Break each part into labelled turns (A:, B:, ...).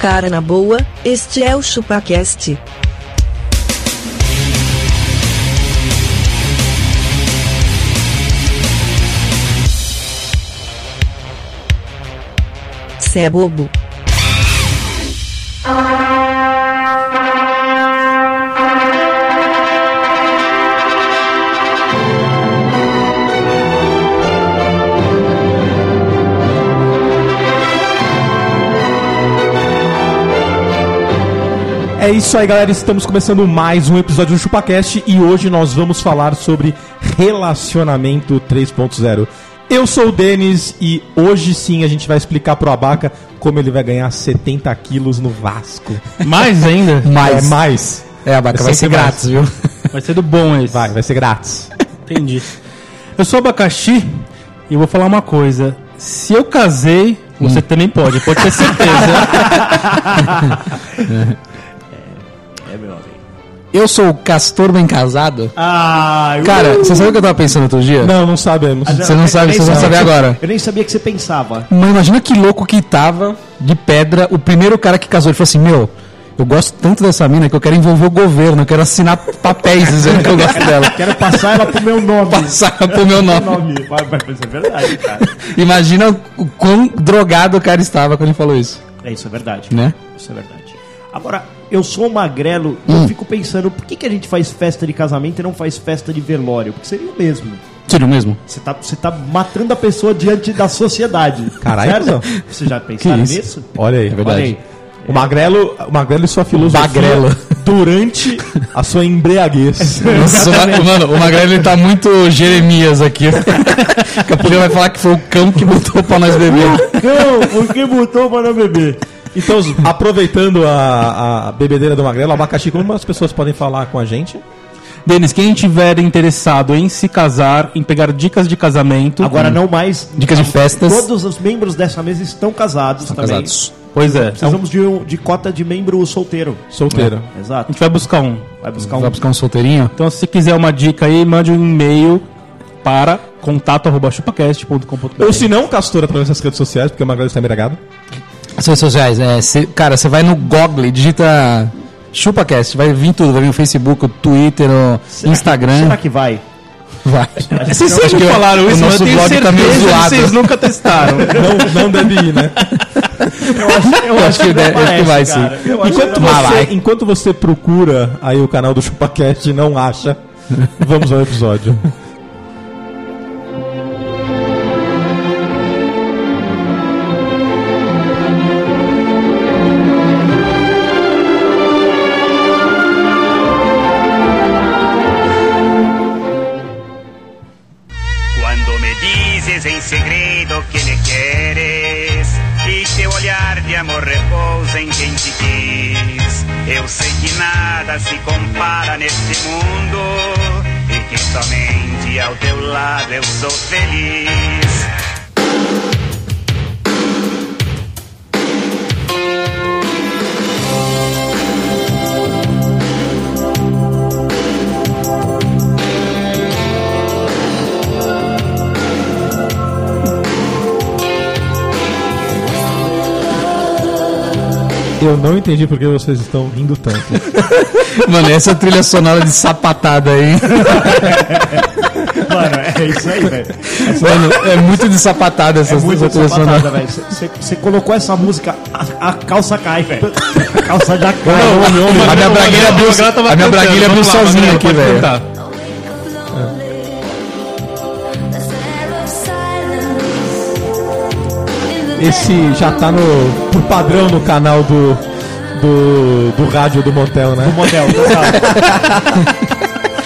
A: Cara na boa, este é o ChupaCast. Cê é bobo.
B: É isso aí, galera. Estamos começando mais um episódio do ChupaCast e hoje nós vamos falar sobre relacionamento 3.0. Eu sou o Denis e hoje sim a gente vai explicar pro Abaca como ele vai ganhar 70 quilos no Vasco.
C: Mais ainda?
B: É mais.
D: É, Abaca,
B: É
D: vai ser
B: sempre
D: grátis, viu?
C: Vai ser do bom esse.
B: Vai, vai ser grátis.
C: Entendi. Eu sou abacaxi e eu vou falar uma coisa. Se eu casei, você também pode, pode ter certeza.
D: Eu sou o Castor bem casado.
E: Ah, eu...
D: Cara, você sabe o que eu tava pensando outro dia?
B: Não, não sabemos.
D: Você não sabe,
E: nem
D: vocês vão
E: sabia.
D: saber agora.
E: eu nem sabia que você pensava.
D: Mas imagina que louco que tava de pedra o primeiro cara que casou. Ele falou assim: Meu, eu gosto tanto dessa mina que eu quero envolver o governo, eu quero assinar papéis dizendo que eu gosto dela.
E: Quero passar ela pro meu nome.
D: Passar pro meu nome.
E: nome. Vai, vai, mas é verdade, cara.
D: Imagina o quão drogado o cara estava quando ele falou isso,
E: É, isso é verdade.
D: né?
E: Isso é verdade. Agora, eu sou magrelo e
D: Hum.
E: eu fico pensando, por que, que a gente faz festa de casamento e não faz festa de velório? Porque seria o mesmo.
D: Seria o mesmo?
E: Você tá, você tá matando a pessoa diante da sociedade.
B: Caralho,
E: certo?
B: cuzão.
E: Você já pensaram
D: isso?
E: nisso?
B: Olha aí.
D: verdade.
E: Olha aí.
B: O Magrelo, É o Magrelo e sua filosofia
D: Magrelo.
B: durante a sua embriaguez.
D: Nossa, o Ma- mano, o Magrelo ele tá muito Jeremias aqui. Daqui a pouco ele vai falar que foi o cão que botou pra nós beber.
E: Não, o que botou para não beber?
B: Então, aproveitando a, a bebedeira do Magrelo, Abacaxi, como as pessoas podem falar com a gente?
C: Denis, quem tiver interessado em se casar, em pegar dicas de casamento. Hum.
E: Agora não mais.
D: Uhum. Dicas de festas.
E: Todos os membros dessa mesa estão casados também.
D: Casados. Então-
C: Pois é. é um-
E: Precisamos de, um- de cota de membro solteiro.
B: Solteiro.
C: a
E: Exato.
C: gente vai buscar um.
E: Vai buscar um.
D: Vai buscar um solteirinho?
C: Então, se quiser uma dica aí, mande um e-mail para contato.chupacast.com.br.
B: Ou se não, Castor, através das redes sociais, porque o Magrelo está embriagado.
D: As redes sociais, é, cê- cara, você vai no Google, digita ChupaCast, vai vir tudo, vai vir o Facebook, o Twitter, o Instagram.
E: Será que vai?
D: Vai.
C: Vocês
D: Acho
C: sempre
D: que o-
C: falaram
D: o
C: isso, mas
D: nosso
C: eu tenho
D: blog tá meio
C: certeza que
D: zoado.
C: vocês nunca testaram.
B: Ah, Não, não deve ir, né?
E: Eu é
D: acho que deve-
E: aparece,
D: acho que vai,
E: cara.
D: sim.
E: Eu acho que
B: Enquanto
D: Vai lá.
B: você, enquanto você procura aí o canal do ChupaCast e não acha, vamos ao episódio.
F: Cuando me dices en segredo que me quieres e que olhar de amor repousa em quem te quis, eu sei que nada se compara neste mundo e que somente ao teu lado eu sou feliz.
B: Eu não entendi por que vocês estão rindo tanto.
D: Mano, essa trilha sonora de sapatada aí.
E: Mano, é isso aí, velho.
D: Mano, é muito de sapatada essa,
E: É
D: essa
E: muito
D: trilha
E: sapatada,
D: sonora.
E: velho. Você colocou essa música, a, a calça cai, velho. A calça já cai.
D: a minha braguilha abriu, a minha braguilha abriu sozinha aqui, velho.
B: Esse já tá no, por padrão no canal do, do, do rádio do Montel, né?
E: Motel, tá?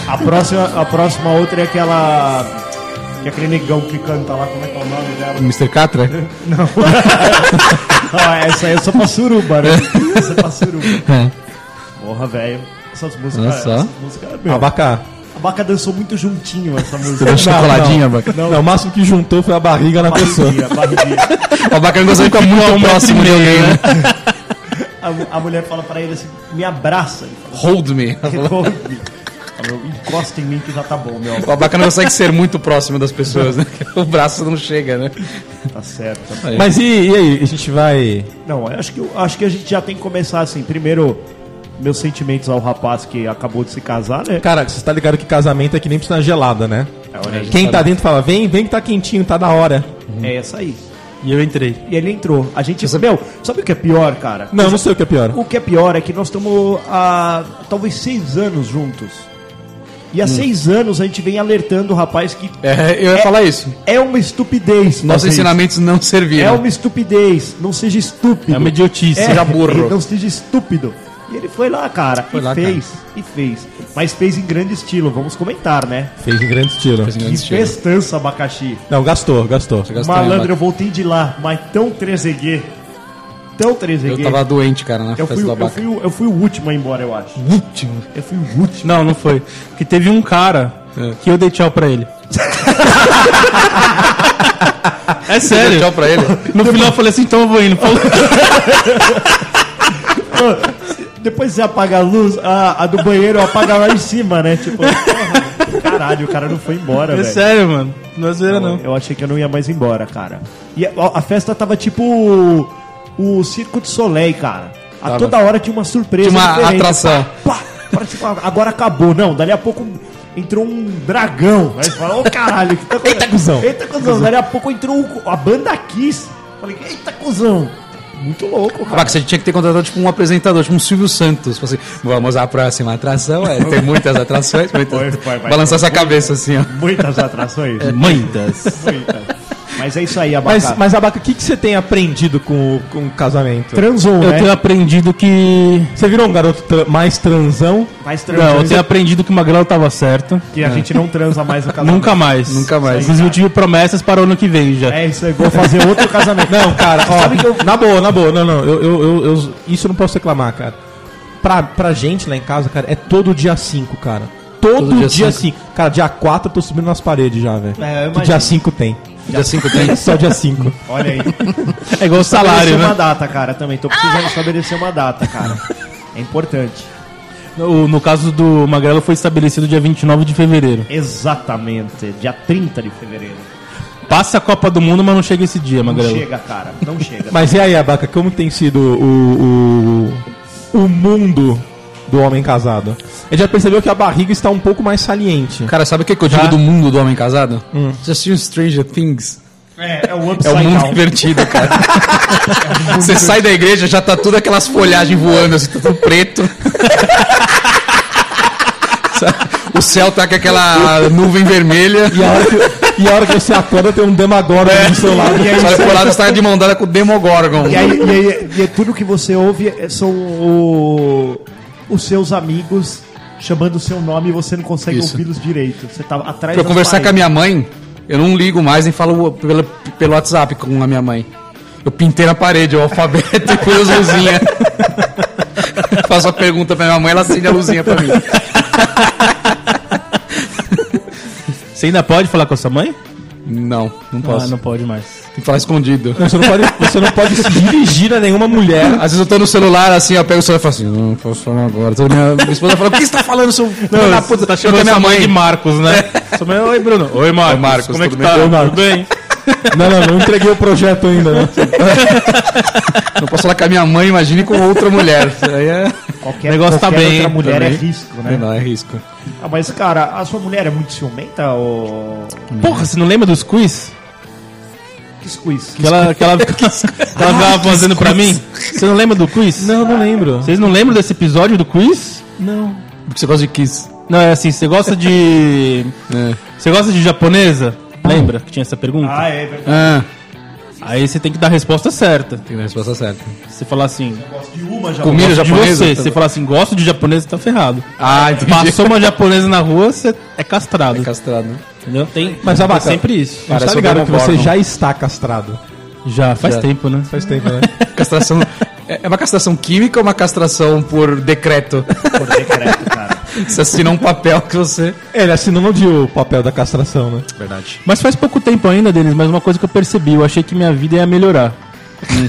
E: a próxima, a próxima outra é aquela. Que é aquele negão que canta lá, como é que é o nome dela?
D: Mr. Catra?
E: Ah, essa aí é só pra suruba, né? Essa é pra suruba. Porra, velho. Essas
D: Olha
E: músicas.
D: só.
E: Essas músicas meu,
B: Abaca.
E: a Baca dançou muito juntinho essa música.
D: Deu chocoladinha, Abaca.
B: Ah, Não, É, o máximo que juntou foi a barriga na pessoa.
E: Barriguinha, barriguinha.
D: O Abaca não consegue ficar muito próximo de alguém, né?
E: A, a mulher fala pra ele assim: me abraça. Ele
D: Hold me.
E: fala, "Hold me." Meu, encosta em mim que já tá bom, meu amor.
D: O abaca não consegue ser muito próximo das pessoas, né? O braço não chega, né?
E: Tá certo. Tá
B: Mas e, e aí? A gente vai.
E: Não, eu acho que, eu acho que a gente já tem que começar assim. Primeiro, meus sentimentos ao rapaz que acabou de se casar, né?
B: Cara, você tá ligado que casamento é que nem piscina gelada, né?
E: É, né?
B: Quem tá dentro fala, vem, vem que tá quentinho, tá da hora.
E: É essa aí.
C: E eu entrei.
E: E ele entrou. A gente. Meu, sabe o que é pior, cara?
B: Não, não sei o que é pior.
E: O que é pior é que nós estamos há talvez seis anos juntos. E há seis anos a gente vem alertando o rapaz que
D: Hum. É, eu ia falar isso.
E: é uma estupidez.
D: Nossos
E: fazer isso.
D: ensinamentos não
E: É
D: serviram.
E: uma estupidez. Não seja estúpido.
C: É uma idiotice.
E: É,
D: Seja burro.
E: Não seja estúpido. E ele foi lá, cara, e
D: lá,
E: fez, e fez. Mas fez em grande estilo, vamos comentar, né?
B: Fez em grande estilo.
D: Fez em grande
E: Que
D: estilo.
E: festança, abacaxi.
B: Não, gastou, gastou.
D: Gastou,
E: Malandro,
D: hein,
E: eu voltei de lá, mas tão trezeguê. Tão
D: Abaca?
E: trezeguê.
D: Eu tava doente, cara, na
E: Eu
D: festa
E: fui,
D: do
E: eu,
D: abaca.
E: fui, o- eu fui o último a ir embora, eu acho.
D: Último.
E: Eu fui o último.
C: Não, não foi. Porque teve um cara
D: É.
C: que eu dei tchau pra ele. é
D: Sério?
C: sério.
D: Tchau pra ele.
C: No final eu falei assim, então eu vou indo. Falou.
E: Depois você apaga a luz, a, a do banheiro eu apaga lá em cima, né? Tipo, porra, caralho, o cara não foi embora,
C: É
E: velho.
C: sério, mano. Não é zoeira, não.
E: Eu achei que eu não ia mais embora, cara. E a, a festa tava tipo o, o Circo de Soleil, cara. A
D: Tava.
E: toda hora tinha uma surpresa.
D: Tinha uma
E: diferente.
D: atração.
E: Pá, pá. Agora, tipo, agora acabou. Não, dali a pouco entrou um dragão. Aí você fala, ô caralho. Que tá com...
B: Eita, cuzão.
E: Eita, cuzão. Dali a pouco entrou o- a banda Kiss. Falei, eita, cuzão. Muito louco, cara.
D: Abaca, você tinha que ter contratado tipo um apresentador, tipo um Silvio Santos. Falou assim, vamos à próxima atração. É, tem muitas atrações. Muitas...
E: Vai, vai, vai.
D: Balançar essa cabeça assim, ó.
E: Muitas atrações.
C: Muitas.
E: Muitas. Mas é isso aí,
B: Mas,
E: abacate.
B: mas Abaca, o que, que você tem aprendido com, o- com o casamento?
E: Transou,
C: Eu
D: é?
E: né?
C: tenho aprendido que.
B: Você virou um garoto tra- mais transão?
E: Mas transou.
C: Não, eu tenho aprendido que o Magrelo tava certo.
E: Que a gente não transa mais no casamento.
C: Nunca mais.
D: Nunca mais.
C: Inclusive, eu tive promessas para o ano que vem já.
E: É isso aí, vou fazer outro casamento.
B: Não, cara, ó,
E: Sabe que eu-
B: na boa, na boa, não, não, eu, eu, eu- eu- isso eu não posso reclamar, cara. Pra, pra gente lá em casa, cara, é todo dia 5, cara. Todo,
D: Todo dia
B: dia 5. Cara, dia 4 eu tô subindo nas paredes já, velho.
E: É, eu
B: Que
E: imagino.
B: dia 5 tem.
D: Dia 5 tem.
B: Só dia 5.
E: um- Olha aí.
C: É igual o
E: Estabelecer
C: salário,
E: uma
C: né?
E: data, cara, também. Tô precisando estabelecer uma data, cara. É importante.
C: O- no caso do Magrelo, foi estabelecido dia 29 de fevereiro.
E: Exatamente. Dia 30 de fevereiro.
C: Passa a Copa do Mundo, mas não chega esse dia,
E: Não
C: Magrelo.
E: chega, cara. Não chega.
B: Mas e aí, Abaca, como tem sido o, o, o mundo do homem casado? A gente já percebeu que a barriga está um pouco mais saliente.
D: Cara, sabe o que, que eu digo
C: Já?
D: do mundo do homem casado? Você assistiu Stranger Things?
E: É, é o
D: É
E: upside
D: o mundo
E: down.
D: invertido, cara. Você sai da igreja, já tá tudo aquelas folhagens voando, assim, tudo preto. o céu tá com aquela nuvem vermelha.
B: E a hora que, e a hora que você acorda tem um demagorgon
C: É.
B: do seu lado.
D: E é aí, Olha, por lado está de mão dada com o Demogorgon.
E: E aí, e aí- e aí tudo que você ouve é- são o- os seus amigos chamando o seu nome e você não consegue
D: Isso.
E: ouvi-los direito. Você tá atrás
D: pra eu
E: das
D: conversar com a
E: paredes.
D: minha mãe, eu não ligo mais nem falo pelo, pelo WhatsApp com a minha mãe. Eu pintei na parede o alfabeto e pus as luzinhas. Faço a pergunta pra minha mãe, ela acende a luzinha pra mim.
C: Você ainda pode falar com a sua mãe?
D: Não, não posso.
C: Ah, não pode mais.
D: Tem que falar escondido.
B: Você não, pode, você não pode se dirigir a nenhuma mulher.
D: Às vezes eu tô no celular, assim, eu pego o celular e falo assim, não posso falar agora. Então minha minha esposa fala, o que você tá falando, seu filho da puta?
C: tá
D: Eu
C: chamando
D: com a
C: minha mãe de
D: minha mãe.
C: Marcos, né? Sua mãe, oi, Bruno. Oi, Marcos.
D: Marcos,
C: Como é que
D: tudo
C: tá?
D: bem? Oi,
C: Tudo bem?
B: Não, não, não entreguei o projeto ainda, né?
D: Não posso falar com a minha mãe, imagine com outra mulher. Isso Aí é...
E: Qualquer,
C: O negócio tá
E: qualquer
C: bem,
E: outra
C: hein,
E: mulher é
D: também.
E: risco, né?
D: Não, é risco.
E: Ah, mas, cara, a sua mulher é muito ciumenta ou.
C: Porra, você não lembra dos quiz?
E: Que squeeze?
C: Que ela, que ela, que ela ficava fazendo pra mim? Você não lembra do quiz?
B: Ah, Não, não lembro.
C: Vocês não lembram desse episódio do quiz?
B: Não.
D: Porque você gosta de kiss.
C: Não, é assim, você gosta de.
D: É.
C: Você gosta de japonesa? Lembra que tinha essa pergunta?
E: Ah, é verdade.
D: Ah,
C: Aí você tem que dar a resposta certa.
D: tem a resposta certa.
C: Você falar assim.
E: Eu gosto de uma já.
D: Comida
C: gosto de
D: japonesa? tá
C: você. Se você falar assim, gosto de japonesa, tá ferrado.
D: Ah, entendi.
C: Passou uma japonesa na rua, você é castrado.
D: É castrado, né?
C: Entendeu? Tem,
B: Mas,
C: é
B: Abaca,
C: sempre isso.
B: Você
D: Parece
B: tá
D: o
B: ligado que você
D: Demogorgon.
B: já está castrado.
C: Já, faz
D: Já.
C: tempo, né?
B: Faz tempo, né?
D: Castração... É é uma castração química ou uma castração por decreto?
E: Por decreto, cara.
D: Você assina um papel que você...
C: Então,
B: Ele assinou não deu o papel da castração, né?
D: Verdade.
C: Mas faz pouco tempo ainda, Denis, mas uma coisa que eu percebi, eu achei que minha vida ia melhorar.
B: Hum.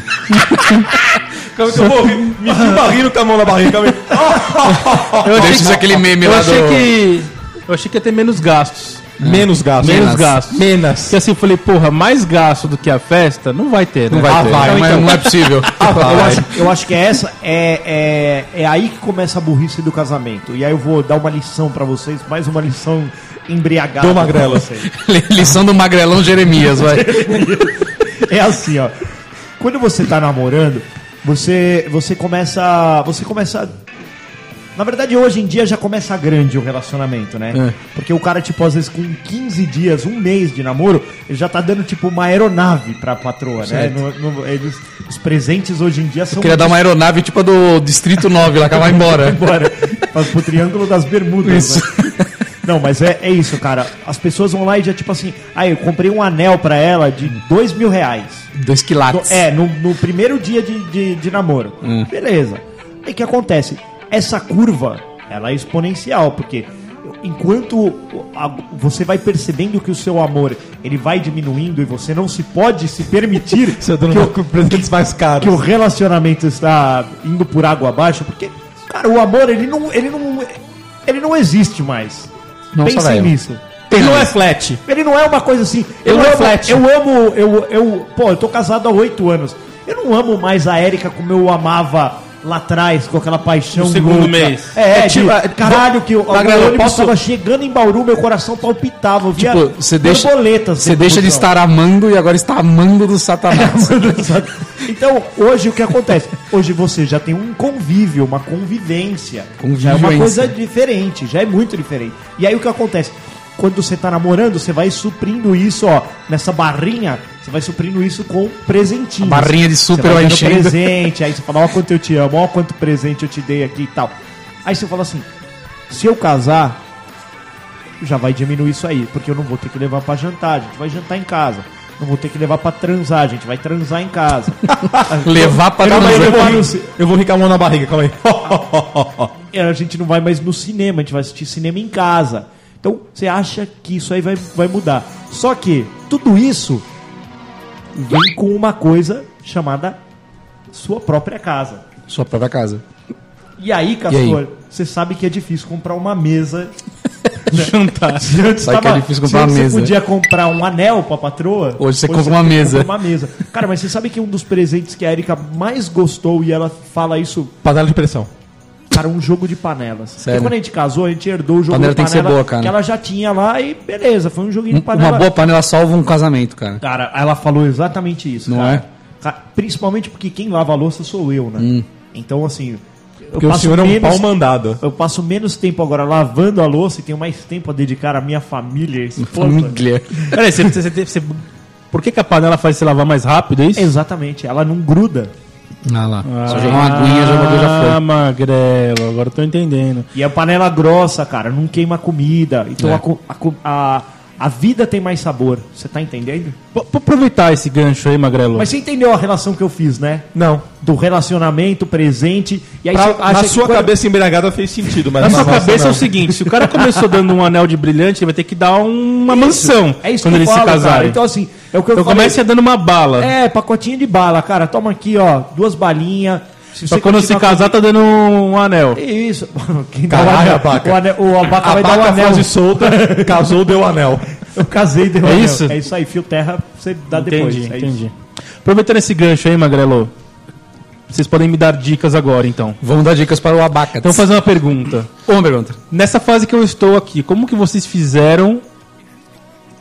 B: Calma que eu vou rir. Me viu barrindo com a mão na barriga. calma aí.
C: Eu achei
D: Deixa
C: que,
D: aquele meme
C: então, eu
D: lá
C: achei
D: do... É.
C: que eu achei que ia ter menos gastos.
B: Menos gastos.
C: Menos
B: Menos
C: gastos.
B: gastos. Menos.
C: Porque assim, eu falei, porra, mais gasto do que a festa? Não vai Ah, ter, né?
D: Não vai
B: Ah,
D: ter,
B: vai,
D: não, é-
B: então.
D: não é possível.
E: Eu acho, eu acho que é essa, é, é, é aí que começa a burrice do casamento. E aí eu vou dar uma lição pra vocês, mais uma lição embriagada.
B: Dou magrela.
E: pra vocês.
D: Lição do magrelão Jeremias, vai.
E: É assim, ó. Quando você tá namorando, você, você começa. Você começa. Na verdade, hoje em dia já começa grande o relacionamento, né?
D: É.
E: Porque o cara, tipo, às vezes com 15 dias, um mês de namoro, ele já tá dando, tipo, uma aeronave pra patroa,
D: Certo.
E: né? No- no- eles- os presentes hoje em dia são.
D: Queria dar uma aeronave tipo a do Distrito 9 lá, que ela vai embora.
E: embora. Faz pro Triângulo das Bermudas. né? Não, mas é, é isso, cara. As pessoas vão lá e já, tipo assim, aí eu comprei um anel pra ela de dois mil reais.
D: Dois
E: No-
D: quilates.
E: é, no, no primeiro dia de, de, de namoro.
B: Hum.
E: Beleza. Aí o que acontece? Essa curva, ela é exponencial, porque enquanto o- a- você vai percebendo que o seu amor ele vai diminuindo e você não se pode se permitir
B: Você tá dando
E: que o-
B: uma- presentes mais
E: que o
B: caros.
E: relacionamento está indo por água abaixo, porque, cara, o amor, ele não, ele não, ele não existe mais.
D: Nossa,
E: Pensem
D: velho.
E: nisso.
B: Ele não é flat.
E: Ele não é uma coisa assim.
B: Ele
E: eu
B: reflete.
E: amo, eu amo, eu, eu, pô, eu tô casado há oito anos. Eu não amo mais a Érica como eu amava lá atrás, com aquela paixão
C: No segundo
E: louca.
C: mês.
E: É,
B: É,
E: de-
B: tipo, é,
E: caralho, que o
B: Magrelo,
E: meu ônibus
B: posso-
E: tava chegando em Bauru, meu coração palpitava. eu via
D: Tipo, você deixa,
E: borboletas
D: você deixa de
E: emoção.
D: estar amando e agora está amando do satanás.
E: Então, hoje o que acontece? Hoje você já tem um convívio, uma convivência. Já é uma
D: Convivência.
E: coisa diferente, já é muito diferente. E aí o que acontece? Quando você tá namorando, você vai suprindo isso, ó, nessa barrinha, você vai suprindo isso com presentinhos.
D: A barrinha de
E: Você
D: super
E: vai
D: vai
E: dando
D: enchendo.
E: presente, aí você fala, ó quanto eu te amo, ó quanto presente eu te dei aqui e tal. Aí você fala assim, se eu casar, já vai diminuir isso aí, porque eu não vou ter que levar pra jantar, a gente vai jantar em casa. Não vou ter que levar pra transar, a gente vai transar em casa.
D: Levar pra um
E: Calma aí,
D: transar.
B: Eu vou,
E: Vai.
B: rir, eu vou rir com a mão na barriga, calma aí.
E: É, a gente não vai mais no cinema, a gente vai assistir cinema em casa. Então, você acha que isso aí vai, vai mudar. Só que tudo isso vem com uma coisa chamada sua própria casa.
D: Sua própria casa.
E: E aí,
D: E
E: Castor,
D: aí?
E: você sabe que é difícil comprar uma mesa.
C: Jantar.
E: Se antes
D: Sabe que é difícil comprar uma
E: se antes
D: mesa.
E: Você podia comprar um anel pra patroa.
D: Hoje você compra uma
E: tem que
D: mesa.
E: comprar uma mesa. Cara, mas você sabe que um dos presentes que a Erika mais gostou e ela fala isso
B: Panela de pressão.
E: Cara, um jogo de panelas.
D: Sério?
E: Porque quando a gente casou, a gente herdou o jogo
D: Panela
E: de
D: tem que ser boa, cara.
E: que ela já tinha lá e beleza, foi um joguinho de panela.
D: Uma boa panela salva um casamento, cara.
E: Cara, ela falou exatamente isso,
D: Não
E: cara.
D: é? Hum.
E: Ca- Principalmente porque quem lava a louça sou eu, né? Então, assim, eu
B: Porque o senhor é um pau mandado.
E: eu passo menos tempo agora lavando a louça e tenho mais tempo a dedicar à minha família. Esse
D: Família.
C: Peraí, você, você, você, você- por que, que a panela faz você lavar mais rápido, é isso?
E: Exatamente, ela não gruda.
D: Ah lá. Só jogar uma aguinha, já bagulho já
C: Ah,
D: foi.
C: magrelo, agora eu tô entendendo.
E: E a panela grossa, cara, não queima comida. Então
D: É.
E: a, co- a co- a, a vida tem mais sabor. Você tá entendendo?
C: P- Pra aproveitar esse gancho aí, magrelo.
E: Mas você entendeu a relação que eu fiz, né?
B: Não.
E: do relacionamento presente. E aí
B: Pra-
E: você acha
B: na
E: que
B: sua
E: quando-
B: cabeça embriagada fez sentido, mas
C: Na sua
B: nossa,
C: cabeça é o
B: não.
C: seguinte: se o cara começou dando um anel de brilhante, ele vai ter que dar uma mansão
E: É isso
C: quando
E: que eu
C: eles
E: falo,
C: se
E: cara.
C: casarem.
E: Então, assim, é o que eu,
C: então
E: falei.
C: comece dando uma bala.
E: É, pacotinho de bala, cara. Toma aqui, ó, duas balinhas. Se
C: Só quando se
E: continuar
C: casar, tá dando um anel.
E: com- Isso. Quem dá
B: Caralho,
E: o anel-
B: abaca.
E: O, anel, o abaca
B: A
E: vai dar o
B: vaca
E: anel.
B: fase solta, casou, deu anel.
E: Eu casei, deu o
C: É
E: anel.
C: isso?
E: É isso aí, fio terra, você dá depois.
C: Entendi,
E: é isso.
C: entendi. Aproveitando esse gancho aí, Magrelo, vocês podem me dar dicas agora, então.
D: Vamos dar dicas para o abaca.
C: Então, vou fazer uma pergunta.
D: uma pergunta.
C: Nessa fase que eu estou aqui, como que vocês fizeram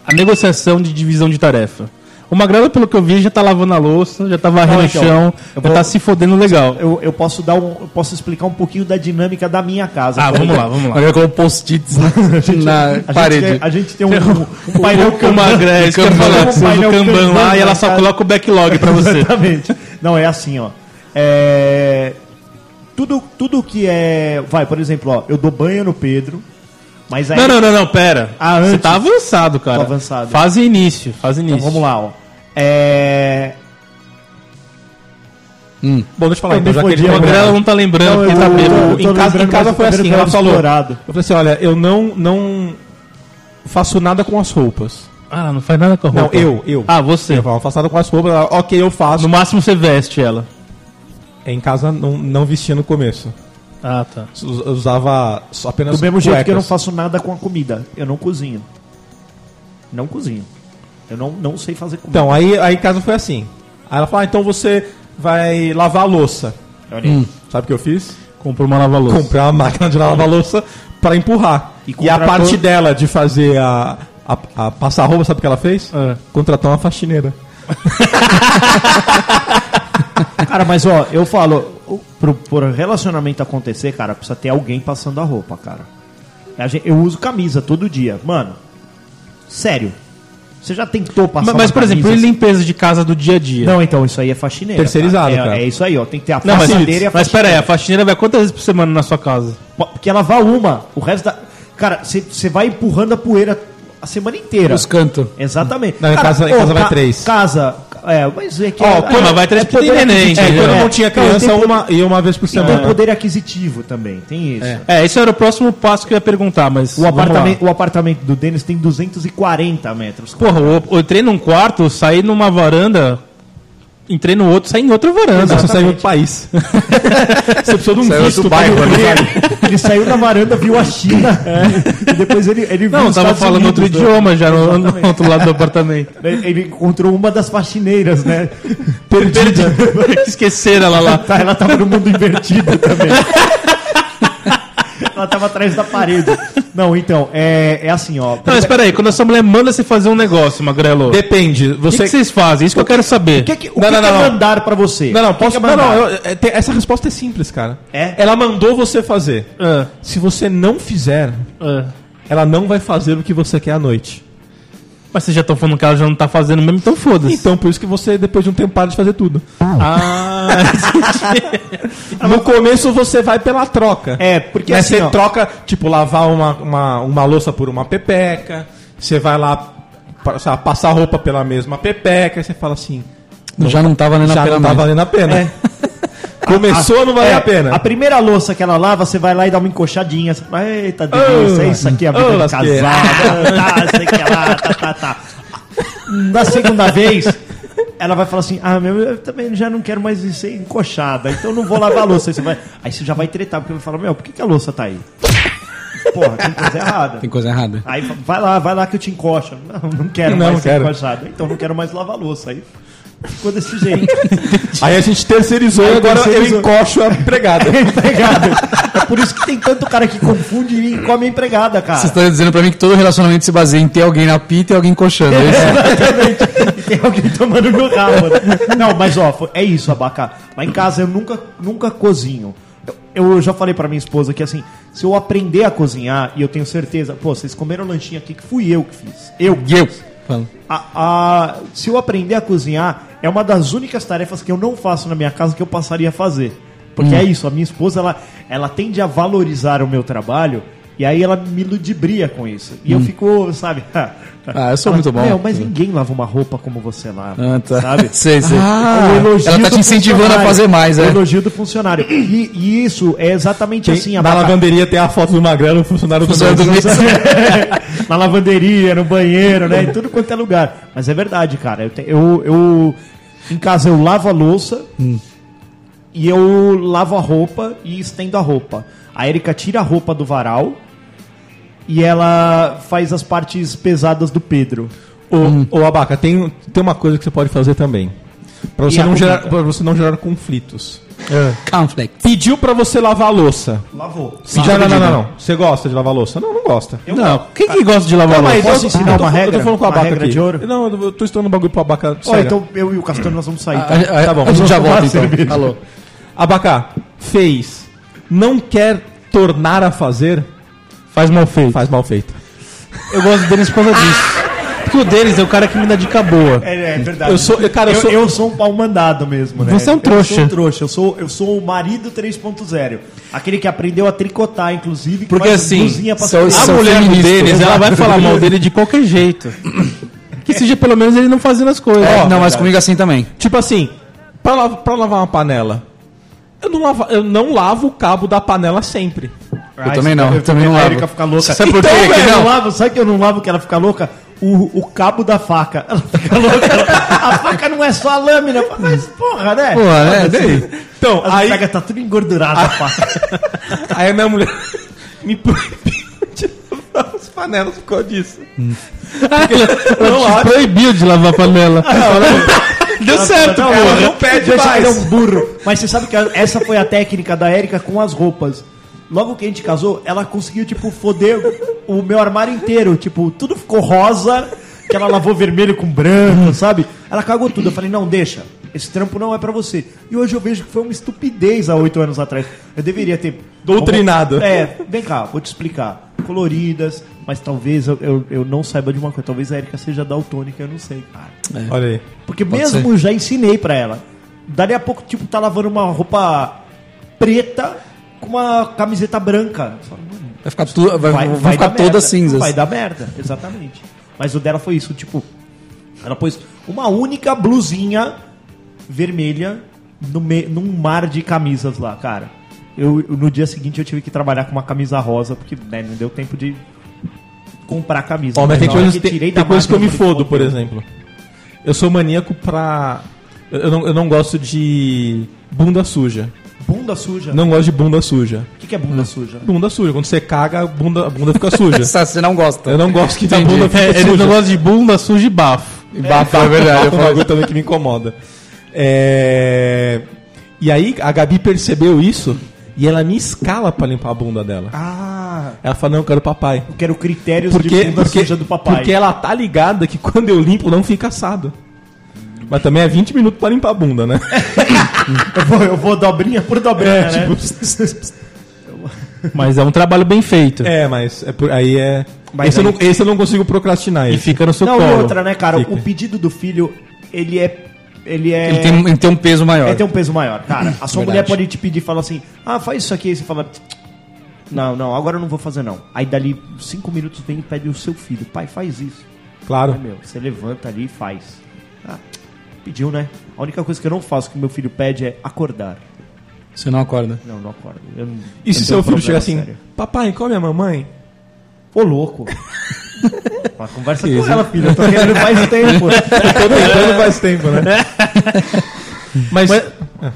C: a negociação de divisão de tarefa? O Magrelo, pelo que eu vi, já tá lavando a louça, já tá varrendo
E: Não,
C: o
E: então,
C: chão,
E: eu
C: já
E: vou-
C: tá se fodendo legal.
E: Eu, eu posso dar um, eu posso explicar um pouquinho da dinâmica da minha casa.
C: Ah,
E: Por
C: vamos lá,
E: exemplo,
C: vamos lá.
D: Olha como post-its na
E: né? A gente
D: parede.
E: tem- a gente tem um, um, um painel
C: o Magrelo, é isso que eu ia
D: Kanban.
C: falar, que você usa o
E: Painel
C: Kanban
E: Kanban
C: lá e ela
E: na
C: só
E: casa.
C: coloca o backlog pra você.
E: Exatamente. Não, é assim, ó. É... Tudo, tudo que é. Vai, por exemplo, ó, eu dou banho no Pedro, mas aí.
C: Não, não, não, não, pera.
E: Ah,
C: Você
E: antes.
C: tá avançado, cara.
E: Tô avançado.
C: Fase início, fase início.
E: Então vamos lá, ó. É.
B: Bom, deixa eu falar
E: Eu
B: então,
E: me
B: já que
E: fodi
B: ele
C: O
E: agora.
B: lembrou.
C: Magrelo não tá lembrando,
E: Não,
C: porque
E: eu-
C: tá
E: eu-
C: bêbado.
E: eu-
B: em casa, em
E: lembrando,
B: casa
E: mas
B: foi
E: o
B: assim,
E: cabelo
B: ela
E: foi
B: falou.
E: um explorado.
B: Eu falei assim, olha, eu não, não faço nada com as roupas.
C: Ah, não faz nada com a
B: Não,
C: roupa.
B: eu, eu.
C: Ah, você.
B: Eu falo, não faço nada com as roupas, ela, ok, eu faço.
C: No máximo você veste ela.
B: Em casa não, não vestia no começo.
C: Ah, tá.
B: Us- Usava só apenas
E: Do mesmo jeito que eu não
B: cuecas.
E: faço nada com a comida. Eu não cozinho. Não cozinho. Eu não, não sei fazer comida.
B: Então, aí, aí em casa foi assim. Aí ela falou, ah, então você vai lavar a louça. Hum.
E: Olha aí.
B: Sabe o que eu fiz?
C: Comprou uma lava-louça.
B: Comprar uma máquina de lavar louça pra empurrar.
E: E
B: E, a
E: contratou-
B: parte dela de fazer a, a, a passar roupa, sabe o que ela fez?
C: É.
B: Contratou uma faxineira.
E: Cara, mas ó, eu falo, o- pro, pro relacionamento acontecer, cara, precisa ter alguém passando a roupa, cara. A gente- eu uso camisa todo dia. Mano, sério. Você já tentou passar
C: Mas, mas,
E: uma
C: por exemplo, e
E: camisa? assim?
C: limpeza de casa do dia a dia?
E: Não, então, isso aí é faxineira.
B: Terceirizado,
E: cara. É,
B: cara.
E: é isso aí, ó. Tem que ter a
C: Não, mas,
E: passadeira e a
C: mas pera aí, a faxineira vai quantas vezes por semana na sua casa?
E: Porque ela vá uma, o resto da. Cara, você vai empurrando a poeira a semana inteira.
D: Os cantos.
E: Exatamente.
B: Não, em casa- em
E: ô,
B: casa vai três.
E: Casa. É, mas é que.
C: Ó,
E: é,
C: pô, mas vai três porque tem
E: poder
C: neném,
E: aquisitivo,
B: É, quando
E: né?
B: eu não tinha criança,
E: tem po-
B: uma, ia uma vez por
E: E tem
B: semana.
E: um poder aquisitivo também, tem isso.
C: É, esse era o próximo passo que eu ia perguntar, mas.
E: O,
C: vamos lá.
E: apartamento, o apartamento do Denis tem 240 metros.
C: Porra, eu, eu entrei num quarto, saí numa varanda, entrei no outro, saí em outra varanda.
B: Você saiu do um país. Você precisou de um
D: Saiu
B: visto.
D: do bairro,
B: pra-
E: ele saiu da varanda, viu a China. E depois ele, ele viu
C: Não, eu
E: os
C: tava
E: Estados
C: falando
E: Unidos,
C: outro
E: né?
C: idioma já no, no
E: Exatamente.
C: outro lado do apartamento.
E: Ele encontrou uma das faxineiras, né?
C: Perdida. Esqueceram ela lá.
E: Tá, ela tava no mundo invertido também. ela tava atrás da parede. Não, então, é, é assim, ó.
C: Não, mas peraí, quando a sua mulher manda você fazer um negócio, Magrelo, o
B: Depende.
C: que,
B: Você...
C: que vocês fazem? Isso que eu quero saber.
E: O que, que, o
B: Não,
E: que
B: não,
E: que é
B: não, não.
E: mandar pra você?
B: Não, não,
E: O que
B: posso.
E: que é
B: não, não,
E: mandar?
B: eu- é, tem- essa resposta é simples, cara.
E: É?
B: Ela mandou você fazer.
C: Ah,
B: Se você não fizer,
E: É.
C: ah.
B: ela não vai fazer o que você quer à noite.
C: Mas vocês já estão falando que ela já não tá fazendo mesmo, então foda-se.
B: Então, por isso que você, depois de um tempo, para de fazer tudo.
D: Ah.
B: Ah, No começo, você vai pela troca.
E: É, porque
B: Né,
E: assim,
B: Você
E: ó.
B: troca, tipo, lavar uma, uma, uma louça por uma pepeca. Você vai lá pa- sei lá, passar roupa pela mesma pepeca. Aí você fala assim,
E: É.
D: Já não tá valendo a
B: já
D: pena
B: não tá
D: mais.
B: valendo a pena. Começou, não vale
E: É,
B: a pena.
E: A priira louça que ela lava, você vai lá e dá uma encoxadinha. Você fala, Eita, delícia,
B: Ah,
E: isso aqui é a vida
B: ah,
E: de
B: lasqueira.
E: casada. tá, sei que lá, tá, tá, tá. Na segunda vez, ela vai falar assim: Ah, meu, eu também já não quero mais ser encoxada, então não vou lavar a louça. Aí você, vai, aí você já vai tretar, porque vai falar: Meu, por que, que a louça tá aí? Porra, tem coisa errada.
D: Tem coisa errada.
E: Aí fa- vai lá, vai lá que eu te encoxo. Não, não quero
B: Não,
E: mais
B: não
E: ser
B: quero.
E: encoxada, então não quero mais lavar a louça. Aí ficou desse jeito.
B: Aí a gente terceirizou e agora
E: terceirizou.
B: eu encoxo a empregada.
E: empregado. É por isso que tem tanto cara que confunde e come a empregada,
D: Vocês
E: cara.
D: estão dizendo pra mim que todo relacionamento se baseia em ter alguém na pita e alguém coxando. É isso?
E: E tem alguém tomando no rabo. né? Não, mas ó, foi- é isso, abacá. Mas em casa eu nunca, nunca cozinho. Eu, eu já falei pra minha esposa que assim, se eu aprender a cozinhar, e eu tenho certeza, pô, vocês comeram lanchinho aqui que fui eu que fiz. Eu.
D: E eu? Fala.
E: A- a- se eu aprender a cozinhar, é uma das únicas tarefas que eu não faço na minha casa que eu passaria a fazer.
D: Hum.
E: Porque é isso, a minha esposa, ela, ela tende a valorizar o meu trabalho e aí ela me ludibria com isso. E eu fico, sabe...
D: Hum. Ah, eu sou
E: Ela,
D: muito bom.
E: "Meu, mas ninguém lava uma roupa como você lava,
D: Ah, tá.
E: sabe?
D: Sei, sei.
E: O É um elogio
D: ela tá
E: do
D: te incentivando a
E: funcionário,
D: fazer mais,
E: O
D: é.
E: um elogio do funcionário. E, e isso é exatamente assim.
B: Na
E: Abaca.
B: lavanderia tem a foto do Magrano, funcionário do
D: Funcionário do mês.
E: na lavanderia, no banheiro, né? Em tudo quanto é lugar. Mas é verdade, cara. Eu, te- eu, eu- em casa eu lavo a louça e eu lavo a roupa e estendo a roupa. A Erika tira a roupa do varal e ela faz as partes pesadas do Pedro.
B: Ô,
D: Hum.
B: ô, Abaca, tem, tem uma coisa que você pode fazer também. Pra
E: E
B: você,
E: a
B: não gerar,
E: comida?
B: pra você não gerar conflitos.
D: Conflict.
B: Pediu pra você lavar a louça.
E: Lavou.
B: Se já, não, não, não, não. Você gosta de lavar a louça? Não, não gosta.
C: não, quem que gosta de lavar louça?
E: posso ensinar
B: Tá, eu tô, eu
E: uma
B: tô
E: regra?
B: falando com o
E: Uma
B: Abaca
E: regra
B: aqui.
E: de ouro?
B: Não, eu tô estourando um bagulho pro Abaca.
E: Ó,
B: sério.
E: então eu e o Castor nós vamos sair. tá?
D: A,
B: Tá
D: tá
B: bom,
D: bom, a gente já
E: tomar
D: volta então.
E: cerveja.
D: Alô.
B: Abacá, fez, não quer tornar a fazer,
C: Faz mal feito.
B: faz mal feito.
C: Eu gosto deles por causa disso. Porque o deles é o cara que me dá dica boa.
E: É, é verdade.
B: Eu sou- eu- cara, eu sou-
E: um pau mandado mesmo, né?
C: Você é um trouxa.
E: Eu sou um trouxa. Eu sou, eu sou o marido 3.0. Aquele que aprendeu a tricotar, inclusive. Que
D: Porque
E: faz
D: assim,
E: blusinha pra
D: são-
E: criança.
D: são- feministas.
C: ela vai falar mal dele de qualquer jeito. Que seja pelo menos ele não fazendo as coisas.
D: É, não, mas comigo assim também.
B: Tipo assim, pra, la- pra lavar uma panela, eu não, lavo, eu não lavo o cabo da panela sempre.
E: Ah,
D: também
E: isso,
D: não, eu também não
E: A
D: lavo.
E: Erika fica louca.
D: Sabe por
E: Então,
D: quê que
E: velho, eu
D: não?
E: lavo, sabe que eu não lavo que ela fica louca? o, o cabo da faca. Ela fica louca. a faca não é só a lâmina, mas porra, né?
D: Pô, é, daí.
B: Então,
E: As
B: aí,
E: pega tá tudo engordurado
D: Ah,
E: a faca.
B: aí a minha mulher me proibiu de lavar as panelas por causa disso. Porque não
C: Te
B: acho.
C: proibiu de lavar a panela. Deu certo,
E: Não,
B: cara,
E: ela
B: não pede
E: deixa
B: mais.
E: ele
C: é
E: um burro. Mas você sabe que a- essa foi a técnica da Érica com as roupas. Logo que a gente casou, ela conseguiu, tipo, foder o meu armário inteiro. Tipo, tudo ficou rosa, que ela lavou vermelho com branco, sabe? Ela cagou tudo. Eu falei, não, deixa. Esse trampo não é pra você. E hoje eu vejo que foi uma estupidez há oito anos atrás. Eu deveria ter...
B: Doutrinado.
E: É, vem cá, vou te explicar. Coloridas, mas talvez eu, eu, eu não saiba de uma coisa. Talvez a Erika seja daltônica, eu não sei, cara.
B: Olha aí.
E: Porque mesmo já ensinei pra ela. Dali a pouco, tipo, tá lavando uma roupa preta com uma camiseta branca. Só, mano,
D: Vai ficar, tu, vai, vai
E: vai
D: ficar
E: dar
D: toda
E: merda.
D: cinza.
E: Vai dar merda, exatamente. Mas o dela foi isso, tipo, ela pôs uma única blusinha vermelha no me, num mar de camisas lá, cara. Eu, eu- no dia seguinte eu tive que trabalhar com uma camisa rosa, porque né, não deu tempo de comprar camisa.
B: Ó, mas tem
E: na hora
C: é
B: coisas, tem,
E: tirei
B: tem
E: da
B: coisas que eu me
E: máquina, falei,
B: fodo, por
C: um.
B: exemplo. Eu sou maníaco pra. Eu eu não, eu não gosto de bunda suja.
E: Bunda suja.
B: Não gosto de bunda suja.
E: O que, que é bunda suja?
B: Bunda suja. Quando você caga, a bunda, a bunda fica suja.
D: Essa Você não gosta.
B: Eu não gosto que a bunda fica
C: É, eles
B: suja.
C: não gostam de bunda, suja e bafo.
D: E bafo, é verdade.
B: É
D: Eu
B: um
D: falo,
B: bagulho também que me incomoda. É, E aí a Gabi percebeu isso e ela me escala pra limpar a bunda dela.
E: Ah,
B: Ela fala, não, eu quero papai.
E: eu quero critérios de
B: Porque,
E: bunda
B: porque,
E: suja do papai.
B: porque ela tá ligada que quando eu limpo não fica assado. Mas também é 20 minutos pra limpar a bunda, né?
E: eu, vou, eu vou dobrinha por dobrinha,
B: É,
E: né?
B: tipo,
C: Mas é um trabalho bem feito.
B: é mas é por- aí é.
E: Mas
B: esse, Eu
E: aí-
B: não, esse eu não consigo procrastinar.
C: E
B: Esse.
C: fica no seu
E: Não, e
C: colo.
E: outra, né, cara?
B: Fica.
E: O pedido do filho, ele é... Ele é...
D: Ele, tem, ele tem um peso maior.
E: ele tem um peso maior, cara. A sua
D: Verdade.
E: mulher pode te pedir e falar assim, ah, faz isso aqui. Aí você fala, não, não, agora eu não vou fazer não. Aí dali cinco minutos vem e pede o seu filho, pai, faz isso. Ah,
B: Claro.
E: meu, você levanta ali e faz. Ah, pediu, né? A única coisa que eu não faço que meu filho pede é acordar.
D: Você não acorda.
E: Não, não acordo. Eu não,
B: E se
E: eu
B: seu
E: tenho
B: filho
E: problema
B: chegar assim,
E: sério.
B: papai, come a mamãe?
E: Ô, louco. Fala, Conversa com ela, filha. Eu tô querendo faz tempo.
B: Eu tô tentando faz tempo, né?
C: Mas,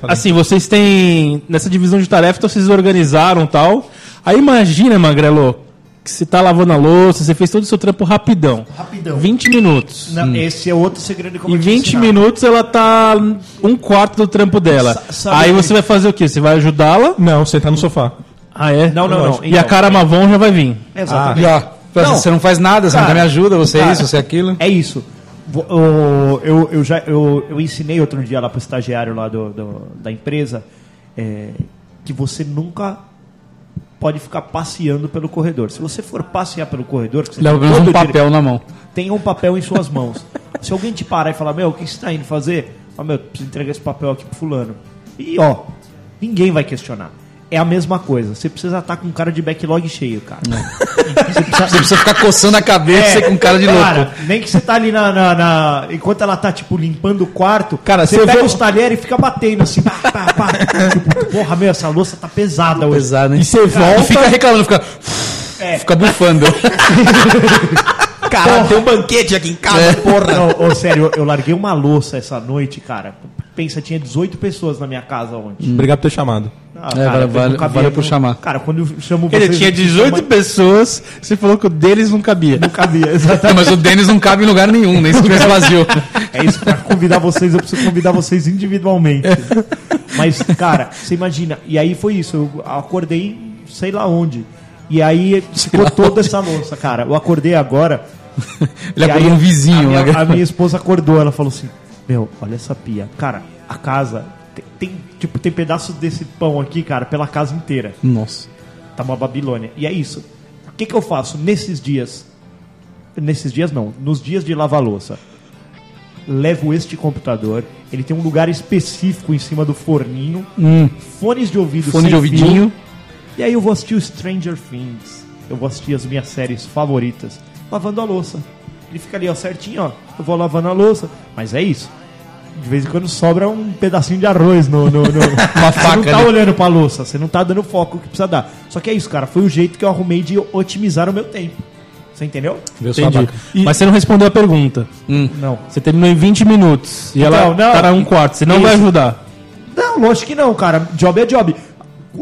C: assim, vocês têm. Nessa divisão de tarefas, então vocês organizaram e tal. Aí imagina, Magrelo, que você tá lavando a louça, você fez todo o seu trampo rapidão.
E: Rapidão.
C: 20 minutos.
E: Não, Esse é outro segredo que eu
C: Em
E: vou te
C: 20
E: ensinar.
C: minutos ela tá um quarto do trampo dela.
E: Sa- sabe
C: Aí
E: que-
C: você vai fazer o quê? Você vai ajudá-la?
B: Não, sentar no sofá.
C: Ah, é?
E: Não, não, não.
C: E a cara mavon já vai vir.
E: É, Exatamente.
D: Ah. Já.
E: Não.
D: Você não faz nada, você
E: Cara,
D: nunca me ajuda, você é
E: cara,
D: isso, você é aquilo.
E: É isso. Vo- o- Eu, eu, já, eu, eu ensinei outro dia lá pro estagiário lá do, do- da empresa é, que você nunca pode ficar passeando pelo corredor. Se você for passear pelo corredor... que você
D: Leva
E: tem
D: pelo menos
E: todo
D: um
E: o
D: papel
E: direito-
D: na mão.
E: tenha um papel em suas mãos. Se alguém te parar e falar, meu, o que você tá indo fazer? Fala, meu, preciso entregar esse papel aqui pro fulano. E ó, ninguém vai questionar. É a mesma coisa. Você precisa estar com cara de backlog cheio, cara. Você precisa-
D: Você precisa ficar coçando a
E: É.
D: cabeça e com cara de louco.
E: nem que você tá ali na, na- na- Enquanto ela tá, tipo, limpando o quarto,
B: Cara, se
E: você
B: eu
E: pega
B: vou-
E: os talheres e fica batendo assim. Pá, pá, pá. tipo, porra, meu, essa louça tá pesada hoje.
D: Pesado,
C: né?
D: hein?
B: E
C: Ah,
B: você
D: Não
B: volta.
D: fica reclamando, fica. Fica bufando.
B: Caralho, tem um banquete aqui em casa,
D: É.
E: Não, ô, sério, eu, eu larguei uma louça essa noite, cara. Pensa, tinha 18 pessoas na minha casa ontem.
B: Obrigado por ter chamado.
E: Ah,
D: É, vale-
E: não
D: vale-
E: cabia,
D: valeu por
E: não-
D: chamar.
E: Cara, quando eu chamo
C: Ele
E: vocês,
C: tinha
E: eu-
C: 18
E: chama-
C: pessoas, você falou que o deles não cabia.
E: Não cabia, exatamente.
D: Não, mas o Denis não cabe em lugar nenhum, nem se tivesse vazio.
E: É isso, pra convidar vocês, eu preciso convidar vocês individualmente. Mas, cara, você imagina. E aí foi isso, eu acordei sei lá onde. E aí ficou toda essa louça, cara. Eu acordei agora.
D: Ele
E: e
D: acordou
E: aí
D: um vizinho, né?
E: A minha, a minha esposa acordou, ela falou assim: Meu, olha essa pia. Cara, a casa. Tem, tem, tipo, tem pedaços desse pão aqui, cara, pela casa inteira.
D: Nossa.
E: Tá uma Babilônia. E é isso. O que, que eu faço nesses dias? Nesses dias não, nos dias de lavar louça. Levo este computador, ele tem um lugar específico em cima do forninho, fones de ouvido
D: Hum. Fone de
E: fio,
D: ouvidinho.
E: e aí eu vou assistir o Stranger Things. Eu vou assistir as minhas séries favoritas lavando a louça. Ele fica ali, ó, certinho, ó. Eu vou lavando a louça. Mas é isso. De vez em quando sobra um pedacinho de arroz no. no, no...
D: Uma
E: você não
D: faca
E: tá
D: ali.
E: olhando pra louça, você não tá dando foco que precisa dar. Só que é isso, cara. Foi o jeito que eu arrumei de otimizar o meu tempo. Você entendeu?
D: Meu
C: Entendi.
D: sabaca.
E: E-
C: Mas você não respondeu a pergunta.
E: Não.
C: Você terminou em 20 minutos. E ela
E: Então, não.
C: tá um quarto. Você não
E: Isso.
C: vai ajudar.
E: Não, lógico que não, cara. Job é job.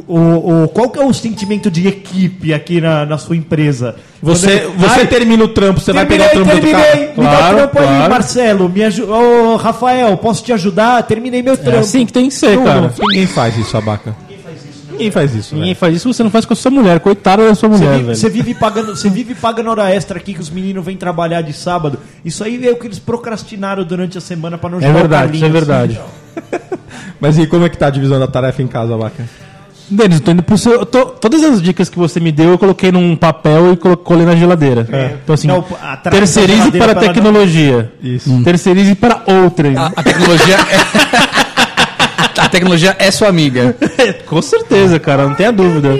E: O, o- qual que é o sentimento de equipe aqui na, na sua empresa?
B: Você,
E: Quando-
B: você
E: Ai,
B: termina o trampo, você vai pegar o trampo
E: terminei,
B: do
E: terminei.
B: cara.
E: Me dá o
C: Claro,
E: trampo aí,
C: claro.
E: Marcelo. Me aju... Ô, Rafael, posso te ajudar? Terminei meu trampo.
C: É assim que tem que ser,
B: Não,
C: cara.
B: não, ninguém faz isso, abaca. Ninguém faz isso, né?
C: Ninguém
B: velho.
C: faz isso, você não faz com a sua mulher. Coitada da sua mulher,
E: Você vive,
C: é, velho.
E: você vive pagando, você vive pagando hora extra aqui que os meninos vêm trabalhar de sábado. Isso aí é o que eles procrastinaram durante a semana pra não
C: É
E: o
C: verdade, isso é
E: Carlinhos.
C: verdade.
B: Mas e como é que tá a divisão da tarefa em casa, abaca?
C: Denis, eu tô indo pro seu. eu tô- todas as dicas que você me deu, eu coloquei num papel e colo- colei na geladeira. Então, assim,
E: É. Não, atrás da
C: terceirize
E: geladeira
C: para a
E: pra ela não-
C: tecnologia.
B: Isso.
C: Hum. Terceirize para outrem.
D: A, a tecnologia é... A tecnologia é sua amiga.
C: Com certeza, cara, não tenha dúvida.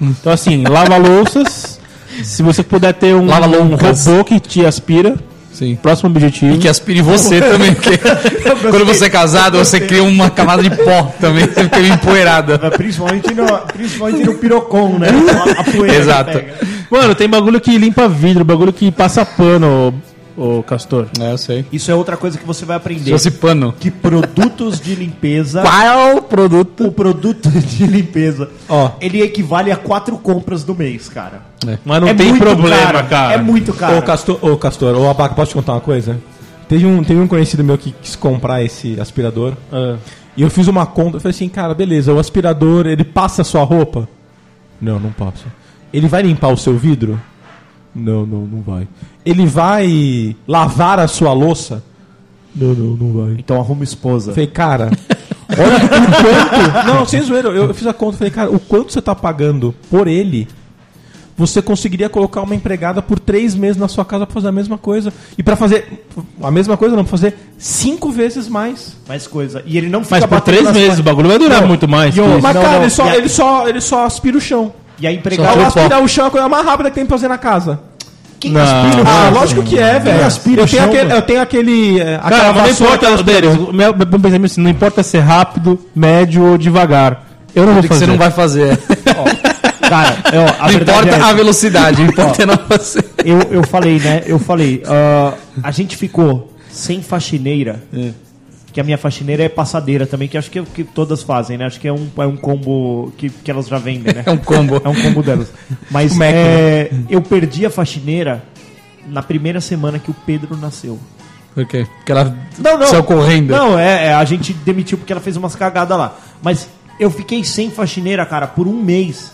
C: Então, assim, lava louças. Se você puder ter um,
D: Lava
C: um
D: loucas.
C: robô que te aspira,
D: Sim.
C: próximo objetivo.
D: E que aspire você também. Porque quando você é casado, você cria uma camada de pó também. Você fica meio empoeirada.
E: É, Principalmente no, principalmente no pirocon, né? A, a poeira
D: Exato.
E: pega.
C: Mano, tem bagulho que limpa vidro, bagulho que passa pano, ô, ô Castor.
D: É, eu sei.
E: Isso é outra coisa que você vai aprender.
D: Se
C: é
D: fosse
C: um
D: pano.
E: Que produtos de limpeza.
D: Qual
E: Ah, é O
D: produto?
E: produto de limpeza,
B: Ó.
E: ele equivale a quatro compras do mês, cara.
C: Mas não
E: É
C: tem
E: muito
C: problema,
E: caro,
C: cara.
E: É muito caro.
B: Ô, Castor, ô, Castor, ô, Abaca, posso te contar uma coisa? Teve um, teve um conhecido meu que quis comprar esse aspirador.
C: Ah.
B: E eu fiz uma conta, eu falei assim, cara, beleza, o aspirador, ele passa a sua roupa? Não, não passa. Ele vai limpar o seu vidro? Não, não, não vai. Ele vai lavar a sua louça? Não, não, não vai.
E: Então arruma esposa.
B: Eu falei, cara, olha o quanto. Não, sem zoeira, eu, eu fiz a conta, eu falei, cara, o quanto você tá pagando por ele? Você conseguiria colocar uma empregada por três meses na sua casa pra fazer a mesma coisa. E pra fazer a mesma coisa, não, pra fazer cinco vezes mais.
E: Mais coisa. E ele não fica
C: Mas por
E: batendo
C: três
E: nas
C: meses, o
E: portas.
C: bagulho vai durar muito mais.
E: e
C: que
E: o-
C: isso.
B: Mas,
E: Não,
B: cara,
E: não,
B: ele, só,
E: e a-
B: ele, só, ele só aspira o chão.
E: E a
B: Ah,
E: empregada...
B: o aspirar o chão é a coisa mais rápida que tem pra fazer na casa.
E: Quem
C: Não.
E: aspira o
B: Ah,
E: chão?
B: lógico que é, velho.
E: aspira
B: eu,
E: o
B: tenho
E: chão,
B: aquele,
E: mano?
B: eu tenho aquele. é,
C: Cara,
B: aquela
C: mas não
B: vassoura,
C: importa,
B: aquelas-
C: Denis, o meu meu pensamento é assim, não importa se é rápido, médio ou devagar. Eu não vou
D: Que um você
C: fazer.
D: não vai fazer.
E: Cara, ó, a
D: não
E: verdade
D: importa
E: é
D: a
E: essa.
D: velocidade, o importa é não fazer.
E: eu, eu falei, né? Eu falei, ah, a gente ficou sem faxineira. Que a minha faxineira é passadeira também, que acho que, é o que todas fazem, né? Acho que é um, é um combo que, que elas já vendem, né?
D: É um combo.
E: É um combo delas. Mas é,
C: né?
E: eu perdi a faxineira na primeira semana que o Pedro nasceu.
D: Por quê? Porque ela
E: Não, não.
D: saiu correndo.
E: Não, é, é, a gente demitiu porque ela fez umas cagadas lá. Mas eu fiquei sem faxineira, cara, por um mês.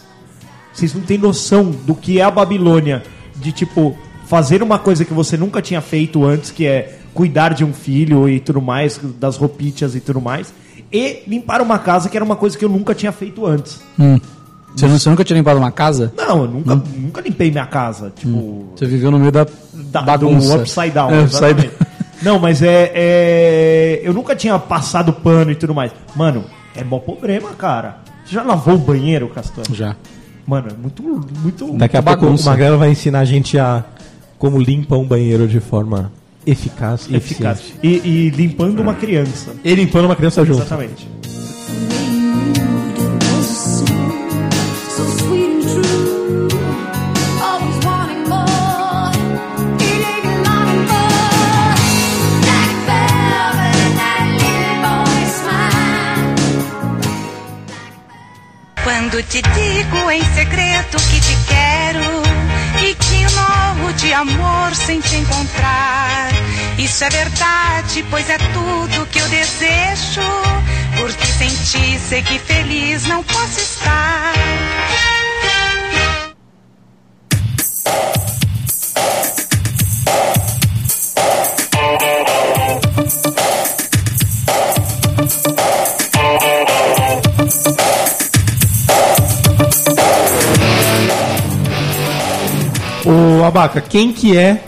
E: Vocês não têm noção do que é a Babilônia. De, tipo, fazer uma coisa que você nunca tinha feito antes, que é cuidar de um filho e tudo mais, das roupitas e tudo mais. E limpar uma casa, que era uma coisa que eu nunca tinha feito antes.
D: Hum. Você, nu- você nunca tinha limpado uma casa?
E: Não, eu nunca,
D: Hum.
E: nunca limpei minha casa. Tipo,
D: Você viveu no meio da,
E: da,
D: bagunça.
E: do upside down.
D: É, upside
E: exatamente. Não, mas é, é- Eu nunca tinha passado pano e tudo mais. Mano, é mó problema, cara. Você já lavou o banheiro, Castor?
D: down. Já.
E: Mano, é muito. muito
B: Daqui a pouco
D: bagunça.
B: o Magrelo vai ensinar a gente a como limpa um banheiro de forma eficaz e
E: eficaz.
B: eficiente.
E: E, e limpando uma criança.
B: E limpando uma criança junto.
E: Exatamente.
G: So sweet and true, always wanting more, eating loving more. Black velvet and that little boy smile.
H: Quando te digo em segredo que te quero e que morro de amor sem te encontrar, isso é verdade, pois é tudo que eu desejo. Porque sem ti sei que feliz não posso estar.
B: Ô, Abaca, quem que é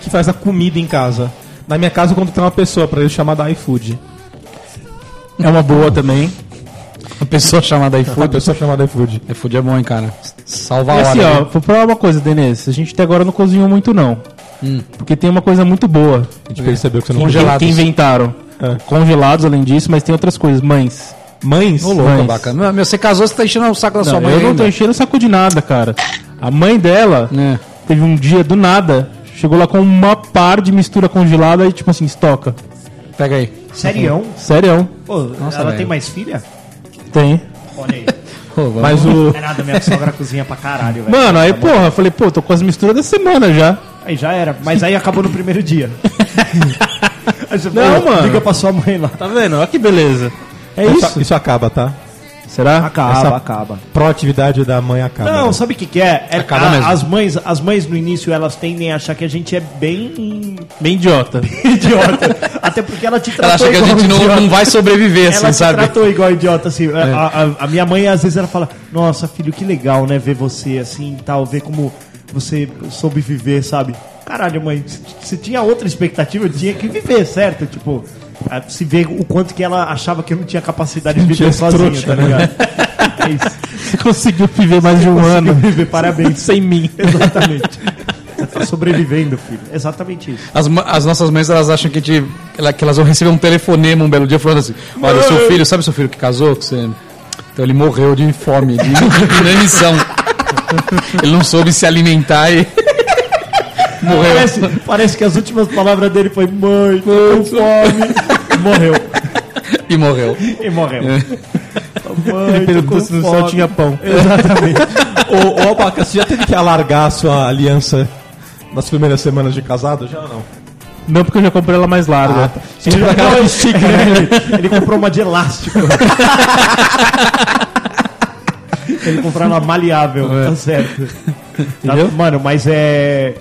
B: que faz a comida em casa? Na minha casa eu contratei uma pessoa pra ele chamar da iFood.
C: É uma boa também.
D: Uma pessoa chamada
B: Uma
D: iFood.
B: pessoa chamada iFood.
D: iFood é bom, hein, cara. Salva a
C: E
D: hora.
C: assim,
D: viu?
B: né?
C: ó, vou falar uma coisa, Denis. A gente até agora não cozinhou muito, não. Porque tem uma coisa muito boa
B: A gente percebeu que você não
D: Conge- Congelados.
C: que inventaram.
B: É.
C: Congelados, além disso, mas tem outras coisas. Mães.
B: Mães?
D: Ô, louco,
C: Mas-
D: bacana. Meu, meu, você casou, você tá enchendo o saco da sua
C: Não,
D: mãe
C: eu não
D: ainda.
C: tô enchendo o saco de nada, cara. A mãe dela
D: É.
C: teve um dia do nada, chegou lá com uma par de mistura congelada e tipo assim, estoca.
D: Pega aí.
E: Serião?
C: Sério?
E: Pô, ela
D: velho.
E: tem mais filha?
C: Tem.
E: Olha aí.
C: Mas o.
E: É nada, minha sogra cozinha pra caralho, velho. Tá
C: Mano, aí, porra, eu falei, pô, tô com as misturas da semana já.
E: Aí já era, mas aí acabou no primeiro dia. Aí você
C: Não,
E: falou,
C: mano.
E: Liga pra sua mãe lá.
C: Tá vendo? Olha que beleza. É
B: Isso,
C: isso.
B: isso acaba, tá?
E: Ah,
C: Será?
B: Essa-
E: acaba.
B: Proatividade da mãe
D: Tá
B: acaba.
E: Não,
B: né?
E: sabe o que, que é? É-
D: Acaba
E: a-
D: Tá mesmo.
E: As mães, as mães no início elas tendem a achar que a gente é bem
C: Bem idiota.
E: idiota. Até porque ela te tratou
D: Ela acha que a
E: igual um
D: gente não,
E: idiota.
D: não vai sobreviver
E: Ela
D: assim,
E: te
D: sabe? É.
E: tratou igual idiota, assim. A, a- a minha mãe, às vezes, ela fala, nossa, filho, que legal, né, ver você, assim, tal, ver como você soube viver, sabe? Caralho, mãe, se- se tinha outra expectativa, eu tinha que viver, certo? Tipo, a- se vê o quanto que ela achava que eu não tinha capacidade de
D: é
C: tinha
E: viver sozinha,
C: trouxa,
E: tá
C: né?
E: ligado? É isso.
C: Você conseguiu viver mais de um ano.
E: Conseguiu viver, parabéns.
C: Sem mim.
E: Exatamente. Você tá sobrevivendo, filho. Exatamente isso.
D: As, ma- as nossas mães, elas acham que, a gente- ela- que elas vão receber um telefonema um belo dia falando assim: Olha, seu filho, sabe seu filho que casou com você? Então ele morreu de fome, de inanição. ele não soube se alimentar e. morreu.
E: Parece, parece que as últimas palavras dele foi mãe, tô com fome. É. Morreu.
D: E morreu.
E: E morreu. Mãe, tô
C: Perguntou
E: com
C: se no céu
E: fome.
C: tinha pão.
B: Ô, ô Abaca, você já teve que alargar a sua aliança nas primeiras semanas de casado? Já ou não?
C: Não, porque eu já comprei ela mais larga.
B: Você teve aquela que estica, né?
E: Ele comprou uma de elástico. Ele comprou ela maleável,
D: É.
E: tá certo. Tá-
C: Entendeu?
E: mano, mas é.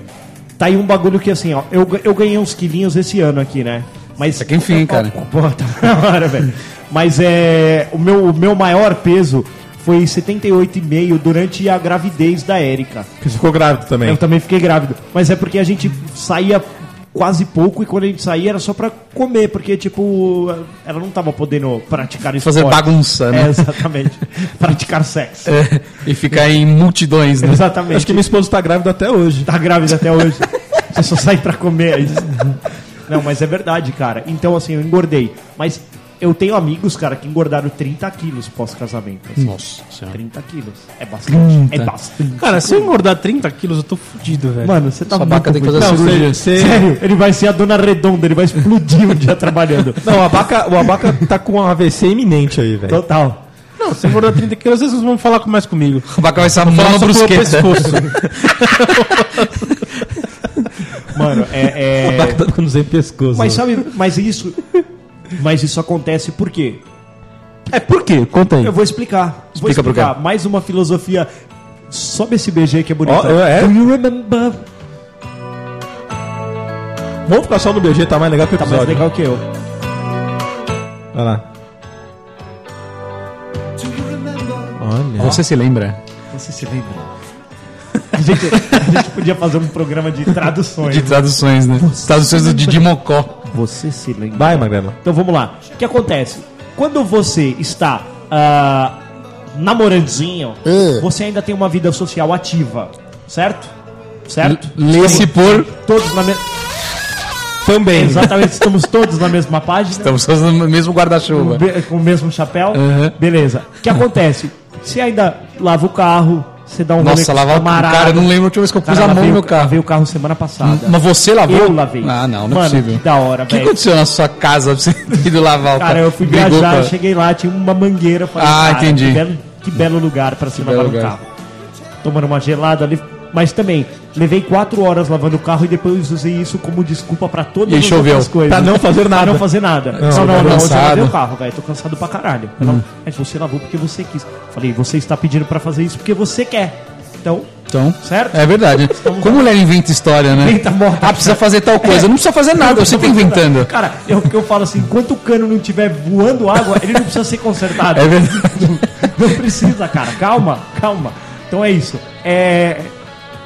E: Tá aí um bagulho que assim, ó. Eu, ga- eu ganhei uns quilinhos esse ano aqui, né? Mas.
D: É que enfim, cara.
E: Pô, tá na hora, velho. Mas é. O meu, o meu maior peso foi 78,5 durante a gravidez da Érica.
B: Porque ficou grávido
D: É.
B: também.
E: Eu também fiquei grávido. Mas é porque a gente saía quase pouco e quando a gente saía era só pra comer, porque, tipo, ela não tava podendo praticar isso.
D: Fazer bagunça, né? É.
E: É, exatamente. Praticar sexo.
D: e ficar em multidões, né?
E: Exatamente.
B: Acho que minha esposa tá grávida até hoje.
E: Tá grávida até hoje. Você só sai pra comer, é isso. Não, mas é verdade, cara. Então, assim, eu engordei. Mas eu tenho amigos, cara, que engordaram 30 quilos pós-casamento. assim.
D: Nossa senhora.
E: 30 quilos. É bastante. É bastante.
C: Cara, se eu engordar 30 quilos, eu tô fudido, velho.
E: Mano, você tá
D: Sua vaca tem que fazer
E: bonito.
D: a cirurgia.
E: Não, Sério, ele vai ser a dona redonda, ele vai explodir um dia trabalhando.
B: Não, o Abaca, o Abaca tá com um AVC iminente aí, velho.
E: Total.
C: Não, se eu engordar 30 quilos, vocês vão falar com- mais comigo.
D: O Baca vai ser uma
C: Só pelo
D: brusqueta.
C: pescoço.
E: Mano, é.
B: O
E: é-
B: Abaca tá com um pescoço.
E: Mas sabe, mas isso. Mas isso acontece por quê?
C: É por quê? Conta aí.
E: Eu vou explicar. Vou
D: Explica por
E: explicar. Mais uma filosofia. Sobe esse BG que é bonito.
B: Ó, eu- é?
E: Do you remember?
B: Vamos ficar só no BG, tá mais legal que o
E: Tá mais
B: episódio.
E: legal que eu.
B: Vai lá. Olha.
D: Você se lembra?
E: Você se lembra? A gente, a gente podia fazer um programa de traduções.
D: De traduções, né? Traduções do Didi Mocó.
E: Você se lembra?
B: Vai, Magrela.
E: Então vamos lá. O que acontece? Quando você está ah, namorandinho,
D: Ah.
E: você ainda tem uma vida social ativa, certo? Certo?
D: Lê-se por.
E: Todos na mesma.
B: Também.
E: Exatamente, estamos todos na mesma página.
D: Estamos né? fazendo o mesmo guarda-chuva.
E: Be- com o mesmo chapéu.
D: Uhum.
E: Beleza. O que acontece? Você ainda lava o carro, você dá um rolê com
D: Nossa,
E: os
D: lavar o
E: camaradas.
D: cara, eu não lembro a última vez que eu pus
E: Cara,
D: a mão
E: lavei
D: no meu
E: o-
D: carro.
E: Lavei o carro semana passada.
D: Mas você lavou?
E: Eu lavei.
D: Ah, não, não
E: Mano,
D: é possível.
E: que da hora,
D: O que
E: velho.
D: aconteceu na sua casa pra você ter ido lavar o
E: Cara, eu fui
D: Brigou
E: viajar,
D: pra-
E: cheguei lá, tinha uma mangueira. Falei,
D: Ah,
E: cara,
D: entendi.
E: Que belo, que belo lugar pra se lavar
D: belo
E: o
D: lugar.
E: carro. Tomando uma gelada ali. Mas também, levei quatro horas lavando o carro e depois usei isso como desculpa pra todas
D: E
E: as
D: choveu.
E: outras coisas.
B: Pra não fazer nada.
E: Pra não fazer nada. Não,
D: você
E: não,
D: tá
E: não, hoje eu
D: cansado. Uhum.
E: lavei o carro, velho. Tô cansado pra caralho. Então, Ela, Mas você lavou porque você quis. Falei, você está pedindo pra fazer isso porque você quer. Então,
D: Então,
E: certo?
D: é verdade. Como mulher inventa história, né?
E: Inventa moda.
D: Ah, precisa fazer tal coisa. Não precisa fazer nada, você tá inventando.
E: Cara, eu, eu falo assim, enquanto o cano não estiver voando água, ele não precisa ser consertado.
D: É verdade.
E: Não precisa, cara. Calma, calma. Então é isso. É,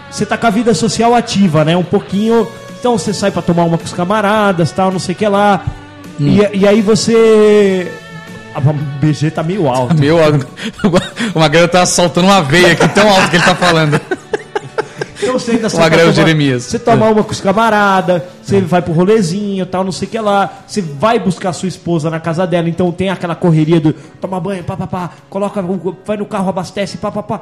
E: Você tá com a vida social ativa, né? Um pouquinho. Então você sai pra tomar uma com os camaradas, tal, não sei o que lá.
D: Hum.
E: E, e aí você. A BG tá meio alto.
D: Meu, o Magrelo tá soltando uma veia aqui tão alto que ele tá falando.
E: Então você ainda
D: O Agrelo
E: toma-
D: Jeremias. É.
E: Você toma uma com os camaradas, você vai pro rolezinho tal, não sei o que lá. Você vai buscar sua esposa na casa dela, então tem aquela correria do toma banho, pá, pá, pá, coloca, o- vai no carro, abastece, pá, pá, pá.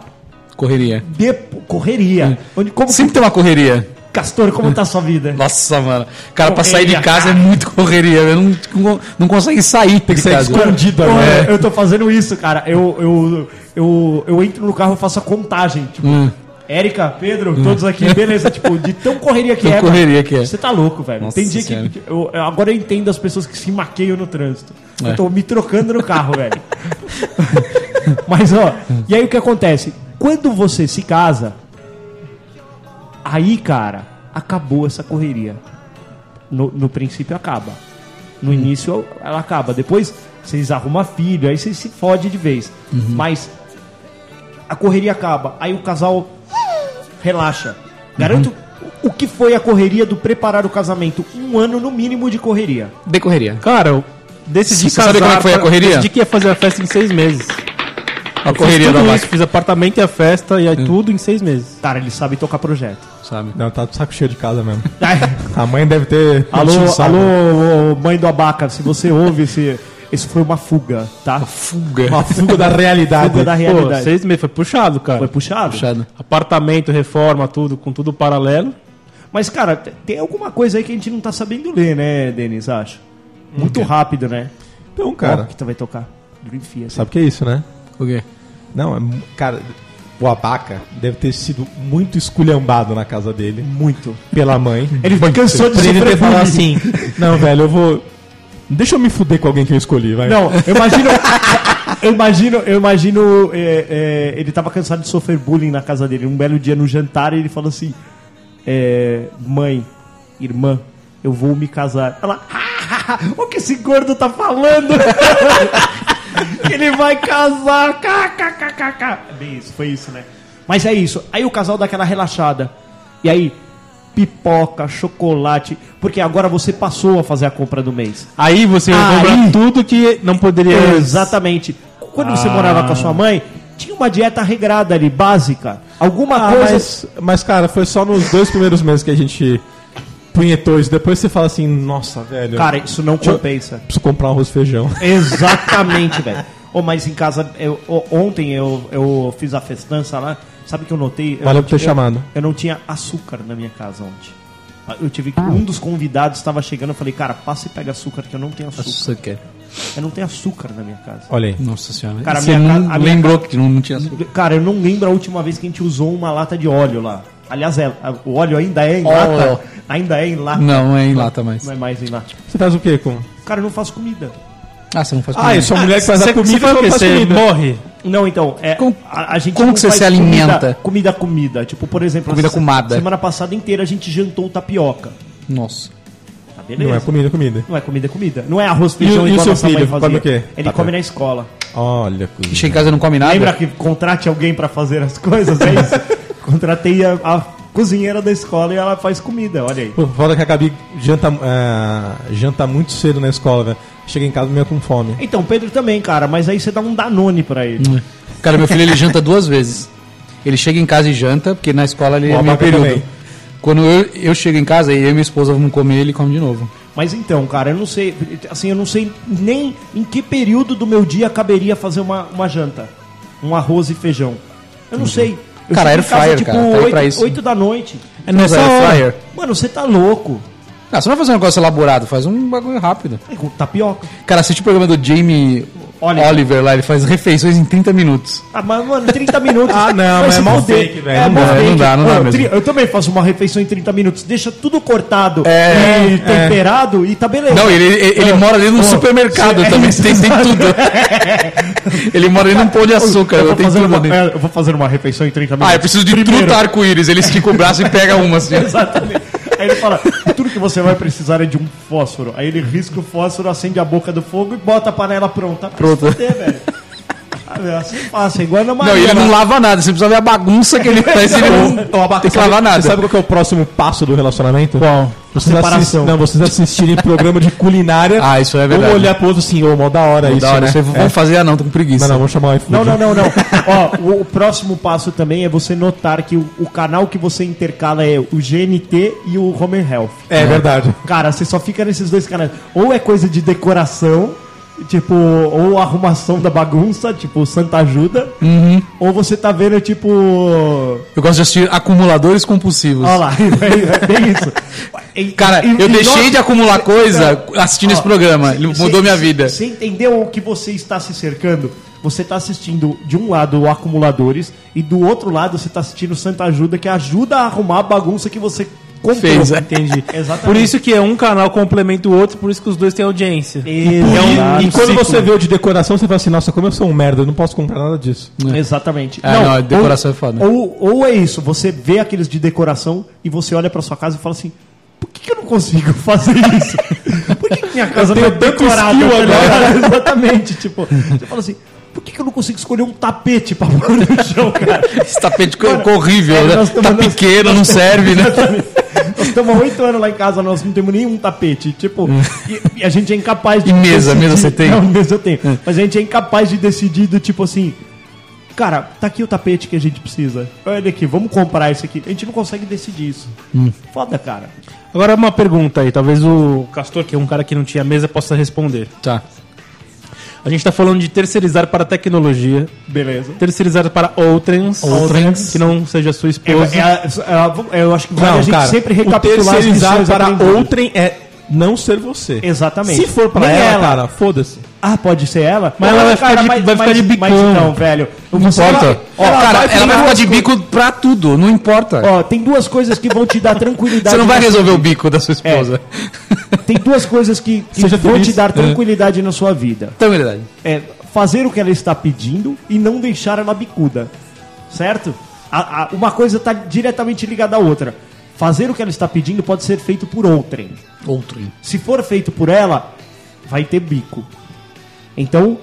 D: Correria.
E: Depo-
D: Hum.
E: correria. Onde, como
D: Sempre tem uma correria.
E: Castor, como tá a sua vida?
D: Nossa, mano. Cara, pra sair de
E: Correria,
D: casa é
E: cara.
D: muito correria. Eu não, não consegue sair de
B: sair
D: casa. É.
B: escondido
E: Pô,
B: agora.
D: né?
E: Eu tô fazendo isso, cara. Eu, eu, eu, eu entro no carro e faço a contagem. Tipo,
D: Hum.
E: Érica, Pedro, todos aqui, beleza. Tipo, de tão correria que
D: Tão
E: é. cara.
D: correria que é.
E: Você tá louco, velho.
D: Nossa
E: Tem dia
D: Senhora.
E: que. eu- eu- agora eu entendo as pessoas que se maqueiam no trânsito.
D: É.
E: Eu tô me trocando no carro, velho. Mas, ó, e aí o que acontece? Quando você se casa, aí, cara, acabou essa correria. No, no princípio acaba. No
D: Uhum.
E: início ela acaba. Depois vocês arrumam filho, aí vocês se fode de vez.
D: Uhum.
E: Mas a correria acaba. Aí o casal relaxa. Garanto o que foi a correria do preparar o casamento. Um ano no mínimo de correria.
D: De correria.
C: Cara, eu decidi
D: Você sabe como é que foi a
C: pra-
D: correria?
C: Decidi que ia fazer a festa em seis meses.
D: A correria da
C: tudo
D: vaca,
C: isso, fiz apartamento e a festa e aí
D: Hum.
C: tudo em seis meses.
E: Cara, ele sabe tocar projeto.
D: sabe?
B: Não, tá de saco cheio de casa mesmo. A mãe deve ter. né?
E: alô,
B: enchido o saco.
E: alô, ô, mãe do abaca, se você ouve esse. Isso foi uma fuga, tá?
D: Fuga.
B: Uma fuga da realidade.
E: Fuga da
C: Pô,
E: realidade.
C: seis meses, foi puxado, cara.
E: Foi puxado?
D: Puxado.
C: Apartamento, reforma, tudo, com tudo paralelo.
E: Mas, cara, t- tem alguma coisa aí que a gente não tá sabendo ler, né, Denis? Acho. Muito rápido, né?
B: Então,
E: Ó,
B: cara.
E: que tu vai tocar. Enfia, assim.
B: Sabe o que é isso, né?
D: O quê?
B: Não, é mu- cara, o abaca deve ter sido muito esculhambado na casa dele
E: Muito.
B: pela mãe.
E: Ele cansou de
B: Pra ele ter
E: sofrer
B: falado
E: bullying.
B: assim: Não, velho, eu vou. Deixa eu me fuder com alguém que eu escolhi, vai.
E: Não, eu imagino. eu imagino, eu imagino. é, é, ele tava cansado de sofrer bullying na casa dele. Um belo dia no jantar ele falou assim: é, Mãe, irmã, eu vou me casar. Ela, o que esse gordo tá falando? ele vai casar. kkkk. É bem isso, foi isso, né? Mas é isso. Aí o casal dá aquela relaxada. E aí, pipoca, chocolate. Porque agora você passou a fazer a compra do mês.
C: Ah, Aí você
E: Aí.
C: lembra tudo que não poderia.
E: Exatamente. Quando
B: Ah.
E: você morava com a sua mãe, tinha uma dieta regrada ali, básica. Alguma
B: Ah,
E: coisa.
B: mas, mas, cara, foi só nos dois primeiros meses que a gente punhetou isso. Depois você fala assim: Nossa, velho.
E: Cara, isso não
B: Deixa eu-
E: compensa.
B: preciso comprar um arroz e feijão.
E: Exatamente, velho. Oh, mas em casa, eu- ô, ontem eu, eu fiz a festança lá. Sabe o que eu notei? Eu
B: Valeu
E: não
B: por ter
E: ti- eu-
B: chamado.
E: Eu não tinha açúcar na minha casa ontem. Eu tive que. Um dos convidados estava chegando, eu falei, cara, passa e pega açúcar, que eu não tenho açúcar.
D: Açúcar.
E: Eu não tenho açúcar na minha casa.
B: Olha aí.
D: Nossa senhora.
E: Cara, a
D: Você
E: minha ca-
D: não
E: a minha
D: lembrou que não, não tinha açúcar.
E: Cara, eu não lembro a última vez que a gente usou uma lata de óleo lá. Aliás, é- o óleo ainda é em
D: Óleo.
E: lata? Ainda é em lata.
D: Não, não é em lata mais.
E: Não é mais em lata.
B: Você faz o quê com.
E: Cara, eu não faço comida.
D: Ah, você não faz
B: Ah, isso é a mulher que faz a
C: Você-
B: comida
C: você
B: e
C: faz o quê?
B: faz
C: Você
B: comida.
C: morre.
E: Não, então, é,
D: Como-
E: a, a gente
D: como
E: não
D: que você
E: faz
D: se alimenta?
E: Comida, comida, comida. Tipo, por exemplo,
D: Comida
E: a se-
D: comada.
E: semana passada inteira a gente jantou tapioca.
D: Nossa.
E: Tá beleza.
B: Não é comida, é comida.
E: Não é comida, comida. Não é arroz,
B: E
E: feijão
B: o- e o
E: igual
B: seu
E: nossa mãe
B: filho,
E: fazia.
B: come o quê?
E: Ele
B: Tapioca.
E: come na escola.
B: Olha,
D: E chega em casa e não come nada?
E: Lembra que contrate alguém pra fazer as coisas, é isso? Contratei a, a cozinheira da escola e ela faz comida, olha aí.
B: Pô, foda que a Gabi janta, ah, janta muito cedo na escola, velho. Chega em casa meio com fome.
E: Então, Pedro também, cara, mas aí você dá um Danone pra
D: Hum.
E: ele.
D: Cara, meu filho ele janta duas vezes. Ele chega em casa e janta, porque na escola ele
B: O
D: é meio
B: abaca
D: período.
B: também.
D: Quando eu, eu chego em casa e eu e minha esposa vamos comer, ele come de novo.
E: Mas então, cara, eu não sei, assim, eu não sei nem em que período do meu dia caberia fazer uma, uma janta. Um arroz e feijão. Eu não sei. Eu
D: Cara,
E: chego
D: air
E: em casa,
D: fryer, cara, tá aí pra
E: 8,
D: isso.
E: da noite.
D: É nessa fryer.
E: Mano, você tá louco.
D: Ah, você não vai fazer um negócio elaborado, faz um bagulho rápido.
E: É com tapioca.
D: Cara, assiste o programa do Jamie
E: Oliver.
D: Oliver, lá, ele faz refeições em 30 minutos.
E: Ah, mas, mano, 30 minutos.
B: Ah, não, mas
E: se
B: é mó
E: fuder.
B: fake, velho.
E: É
B: Não
E: mó
D: dá,
E: fake.
D: não dá, não dá
E: Mano,
D: mesmo.
E: tri- Eu também faço uma refeição em 30 minutos. Deixa tudo cortado
D: É,
E: e temperado e tá beleza.
D: Não, ele, ele, ele mora dentro de um supermercado
E: é
D: também,
E: isso.
D: tem, tem tudo. ele mora dentro de um pão de açúcar,
E: eu, vou
D: tem
E: fazer
D: tudo
E: uma,
D: dentro.
E: é, eu vou fazer uma refeição em 30 minutos.
D: Ah, eu preciso de
E: Primeiro.
D: truta arco-íris, ele estica o braço e pega uma assim.
E: Exatamente. Aí ele fala: tudo que você vai precisar é de um fósforo. Aí ele risca o fósforo, acende a boca do fogo e bota a panela pronta. Vai
D: Pronta.
E: se fuder, velho. Ah, meu, assim fácil, igual na
D: Não,
E: Maria. né?
D: e ele não
E: lá.
D: lava nada, você precisa ver a bagunça que ele faz, ele não tem que lavar nada.
B: Você sabe qual que é o é próximo passo do relacionamento?
D: Qual?
B: Vocês
E: Separação.
B: assistirem, não, vocês assistirem programa de culinária.
D: Ah, isso é verdade.
B: Um olhar pro outro assim, ô, mó da hora isso,
D: Da hora,
B: né?
D: isso aí,
B: É.
D: Vamos fazer, ah não, tô com preguiça.
B: Não, não, vamos chamar o iFood. né?
E: Não, não, não, não. Ó, o, o próximo passo também é você notar que o, o canal que você intercala é o GNT e o Home and Health.
B: É verdade.
E: Cara, você só fica nesses dois canais. Ou é coisa de decoração, Tipo, ou a arrumação da bagunça, tipo, Santa Ajuda.
D: Uhum.
E: Ou você tá vendo, tipo.
D: Eu gosto de assistir acumuladores compulsivos.
E: Olha lá, é bem isso. E-
D: Cara,
E: e-
D: eu
E: e
D: deixei
E: nós-
D: de acumular coisa assistindo
E: Ó,
D: esse programa.
E: cê-
D: Ele
E: cê-
D: mudou minha
E: cê-
D: vida.
E: Você entendeu o que você está se cercando? Você está assistindo, de um lado, o Acumuladores, e do outro lado, você está assistindo Santa Ajuda, que ajuda a arrumar a bagunça que você comprou.
D: Fez, é.
C: Entendi.
E: Exatamente.
C: Por isso que é um canal complementa o outro, por isso que os dois têm audiência.
E: Exato.
B: E quando você
E: Ciclo.
B: vê o de decoração, você fala assim, nossa, como eu sou um merda, eu não posso comprar nada disso.
E: Exatamente.
D: É, não, decoração é foda.
E: Ou, ou é isso, você vê aqueles de decoração e você olha pra sua casa e fala assim: por que, que eu não consigo fazer isso? Por que, que minha casa
B: tenho
E: tá
B: tanto
E: decorada?
B: skill
E: tá
B: agora."
E: ligado? Exatamente. Tipo, você fala assim. Por que, que eu não consigo escolher um tapete pra pôr no chão, cara?
D: Esse tapete co-
E: Cara,
D: tá ficou horrível,
E: é,
D: né?
E: nós
D: Tá
E: estamos- nós-
D: pequeno, não serve, né?
E: Nós estamos há Então, oito anos lá em casa, nós não temos nenhum tapete. Tipo, e, e a gente é incapaz de.
D: E mesa, mesa você tem?
E: Não, mesa eu tenho. Mas a gente é incapaz de decidir do tipo assim. Cara, tá aqui o tapete que a gente precisa. Olha aqui, vamos comprar isso aqui. A gente não consegue decidir isso. Foda, cara.
C: Agora uma pergunta aí, talvez o Castor, que é um cara que não tinha mesa, possa responder.
D: Tá.
C: A gente tá falando de terceirizar para tecnologia,
E: Beleza.
C: terceirizar para outrens,
D: Outrens.
C: que não seja sua
E: É,
C: esposa.
E: é a- é a- eu acho que vale a gente sempre
B: o
E: recapitular as
B: terceirizar
E: lições
B: para
E: aprendidas.
B: outrem é não ser você.
E: Exatamente.
B: Se for pra
E: Nem
B: ela,
E: ela.
B: cara, foda-se.
E: Ah, pode ser ela?
C: Mas ela vai ficar de- vai ficar de
E: Mas
C: bicão.
E: não, velho. Não
D: Importa. Ó, cara, ela vai ficar de
E: bico.
D: bico pra tudo, não importa.
C: É.
E: Ó, tem duas coisas que vão te dar tranquilidade.
D: Você não vai
E: na
D: resolver
E: sua
D: o bico da sua esposa.
E: Tem duas coisas que, que
B: Seja
E: vão
B: feliz.
E: te
C: É.
E: dar tranquilidade na sua vida.
D: Então, é verdade.
E: É fazer o que ela está pedindo e não deixar ela bicuda. Certo? A- a- uma coisa está diretamente ligada à outra. Fazer o que ela está pedindo pode ser feito por outrem.
D: Outro.
E: Se for feito por ela, vai ter bico. Então,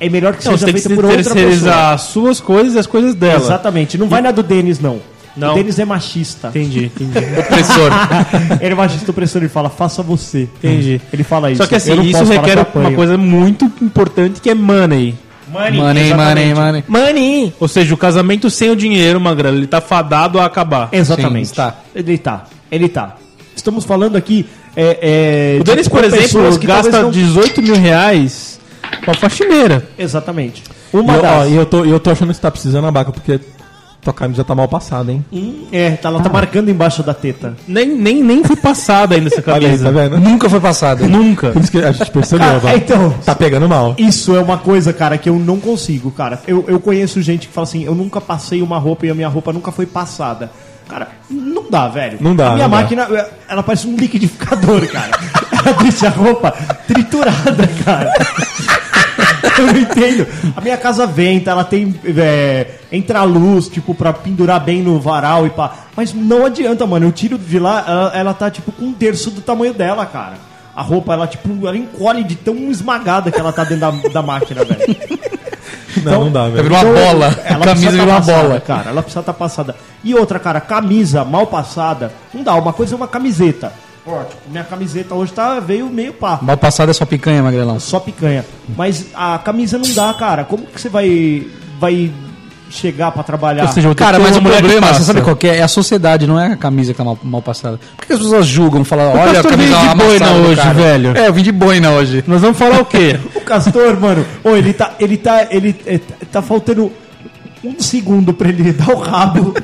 E: é melhor que
C: Não,
E: seja
C: você tem que
E: feito
C: se
E: por outra pessoa.
C: terceirizar as suas coisas e as coisas dela.
E: Exatamente. Não vai na do Denis, não.
C: Não.
E: O Denis é machista.
C: Entendi, entendi.
D: Opressor.
E: ele é machista opressor, ele fala, faça você.
C: Entendi.
E: Ele fala isso.
C: Só que assim,
E: Eu não
C: isso
E: posso falar
C: requer
E: que eu
C: uma
E: apanho.
C: coisa muito importante que é money.
E: Money,
D: money, money,
E: exatamente.
D: money.
C: Money! Ou seja, o casamento sem o dinheiro, Magrelo, ele tá fadado a acabar.
E: Exatamente.
D: Sim, está.
E: Ele tá. Ele tá. Estamos falando aqui. É, é,
C: O Denis,
E: de
C: por exemplo,
E: pessoas que
C: gasta
E: talvez não-
C: 18 mil reais com a faxineira.
E: Exatamente.
B: E
E: Uma
B: eu, ó,
E: das.
B: e eu tô, e eu tô achando que você tá precisando na baca, porque tua camisa tá mal passada, hein?
E: É, tá, ela tá marcando embaixo da teta.
C: Nem, nem, nem fui passada ainda essa
B: Olha aí, tá
C: camisa.
B: vendo?
D: Nunca foi passado.
C: Nunca.
B: Por isso que a gente percebeu,
E: Cara,
B: vai.
E: então-
B: Tá pegando mal.
E: Isso é uma coisa, cara, que eu não consigo, cara. Eu, eu conheço gente que fala assim, eu nunca passei uma roupa e a minha roupa nunca foi passada. Cara, não dá, velho.
B: Não dá,
E: A minha
B: não dá.
E: máquina, ela parece um liquidificador, cara. ela deixa a roupa triturada, cara. Eu não entendo. A minha casa venta, ela tem. É, entra a luz, tipo, pra pendurar bem no varal e pá. Mas não adianta, mano. Eu tiro de lá, ela, ela tá, tipo, com um terço do tamanho dela, cara. A roupa, ela, tipo, ela encolhe de tão esmagada que ela tá dentro da, da máquina, velho.
B: Não, não dá,
D: Vai
B: velho.
D: virar Tá uma
E: Então,
D: bola.
E: Ela
D: A camisa
E: precisa
D: virou
E: tá
D: uma
E: passada,
D: bola.
E: Cara, ela precisa estar passada. E outra, cara, camisa mal passada. Não dá. Uma coisa é uma camiseta. Ó, tipo, minha camiseta hoje tá, veio meio pá.
D: Mal passado é só picanha, Magrelão.
E: Só picanha. Mas a camisa não dá, cara. Como que você vai, vai chegar pra trabalhar?
C: Ou seja, eu
D: Cara,
C: tenho
D: mas o
C: uma mulher que
D: problema,
C: passa.
D: você sabe qual que é? É a sociedade, não é a camisa que tá mal, mal passada. Por que as pessoas julgam, falam, olha a
C: pastor
D: camisa tá
C: veio de
D: amassada
C: boina
D: do
C: hoje, velho.
D: É, eu vim de boina hoje.
C: Nós vamos falar o quê?
E: O Castor, mano, ô, ele tá. Ele tá. Ele é, tá faltando um segundo pra ele dar o rabo.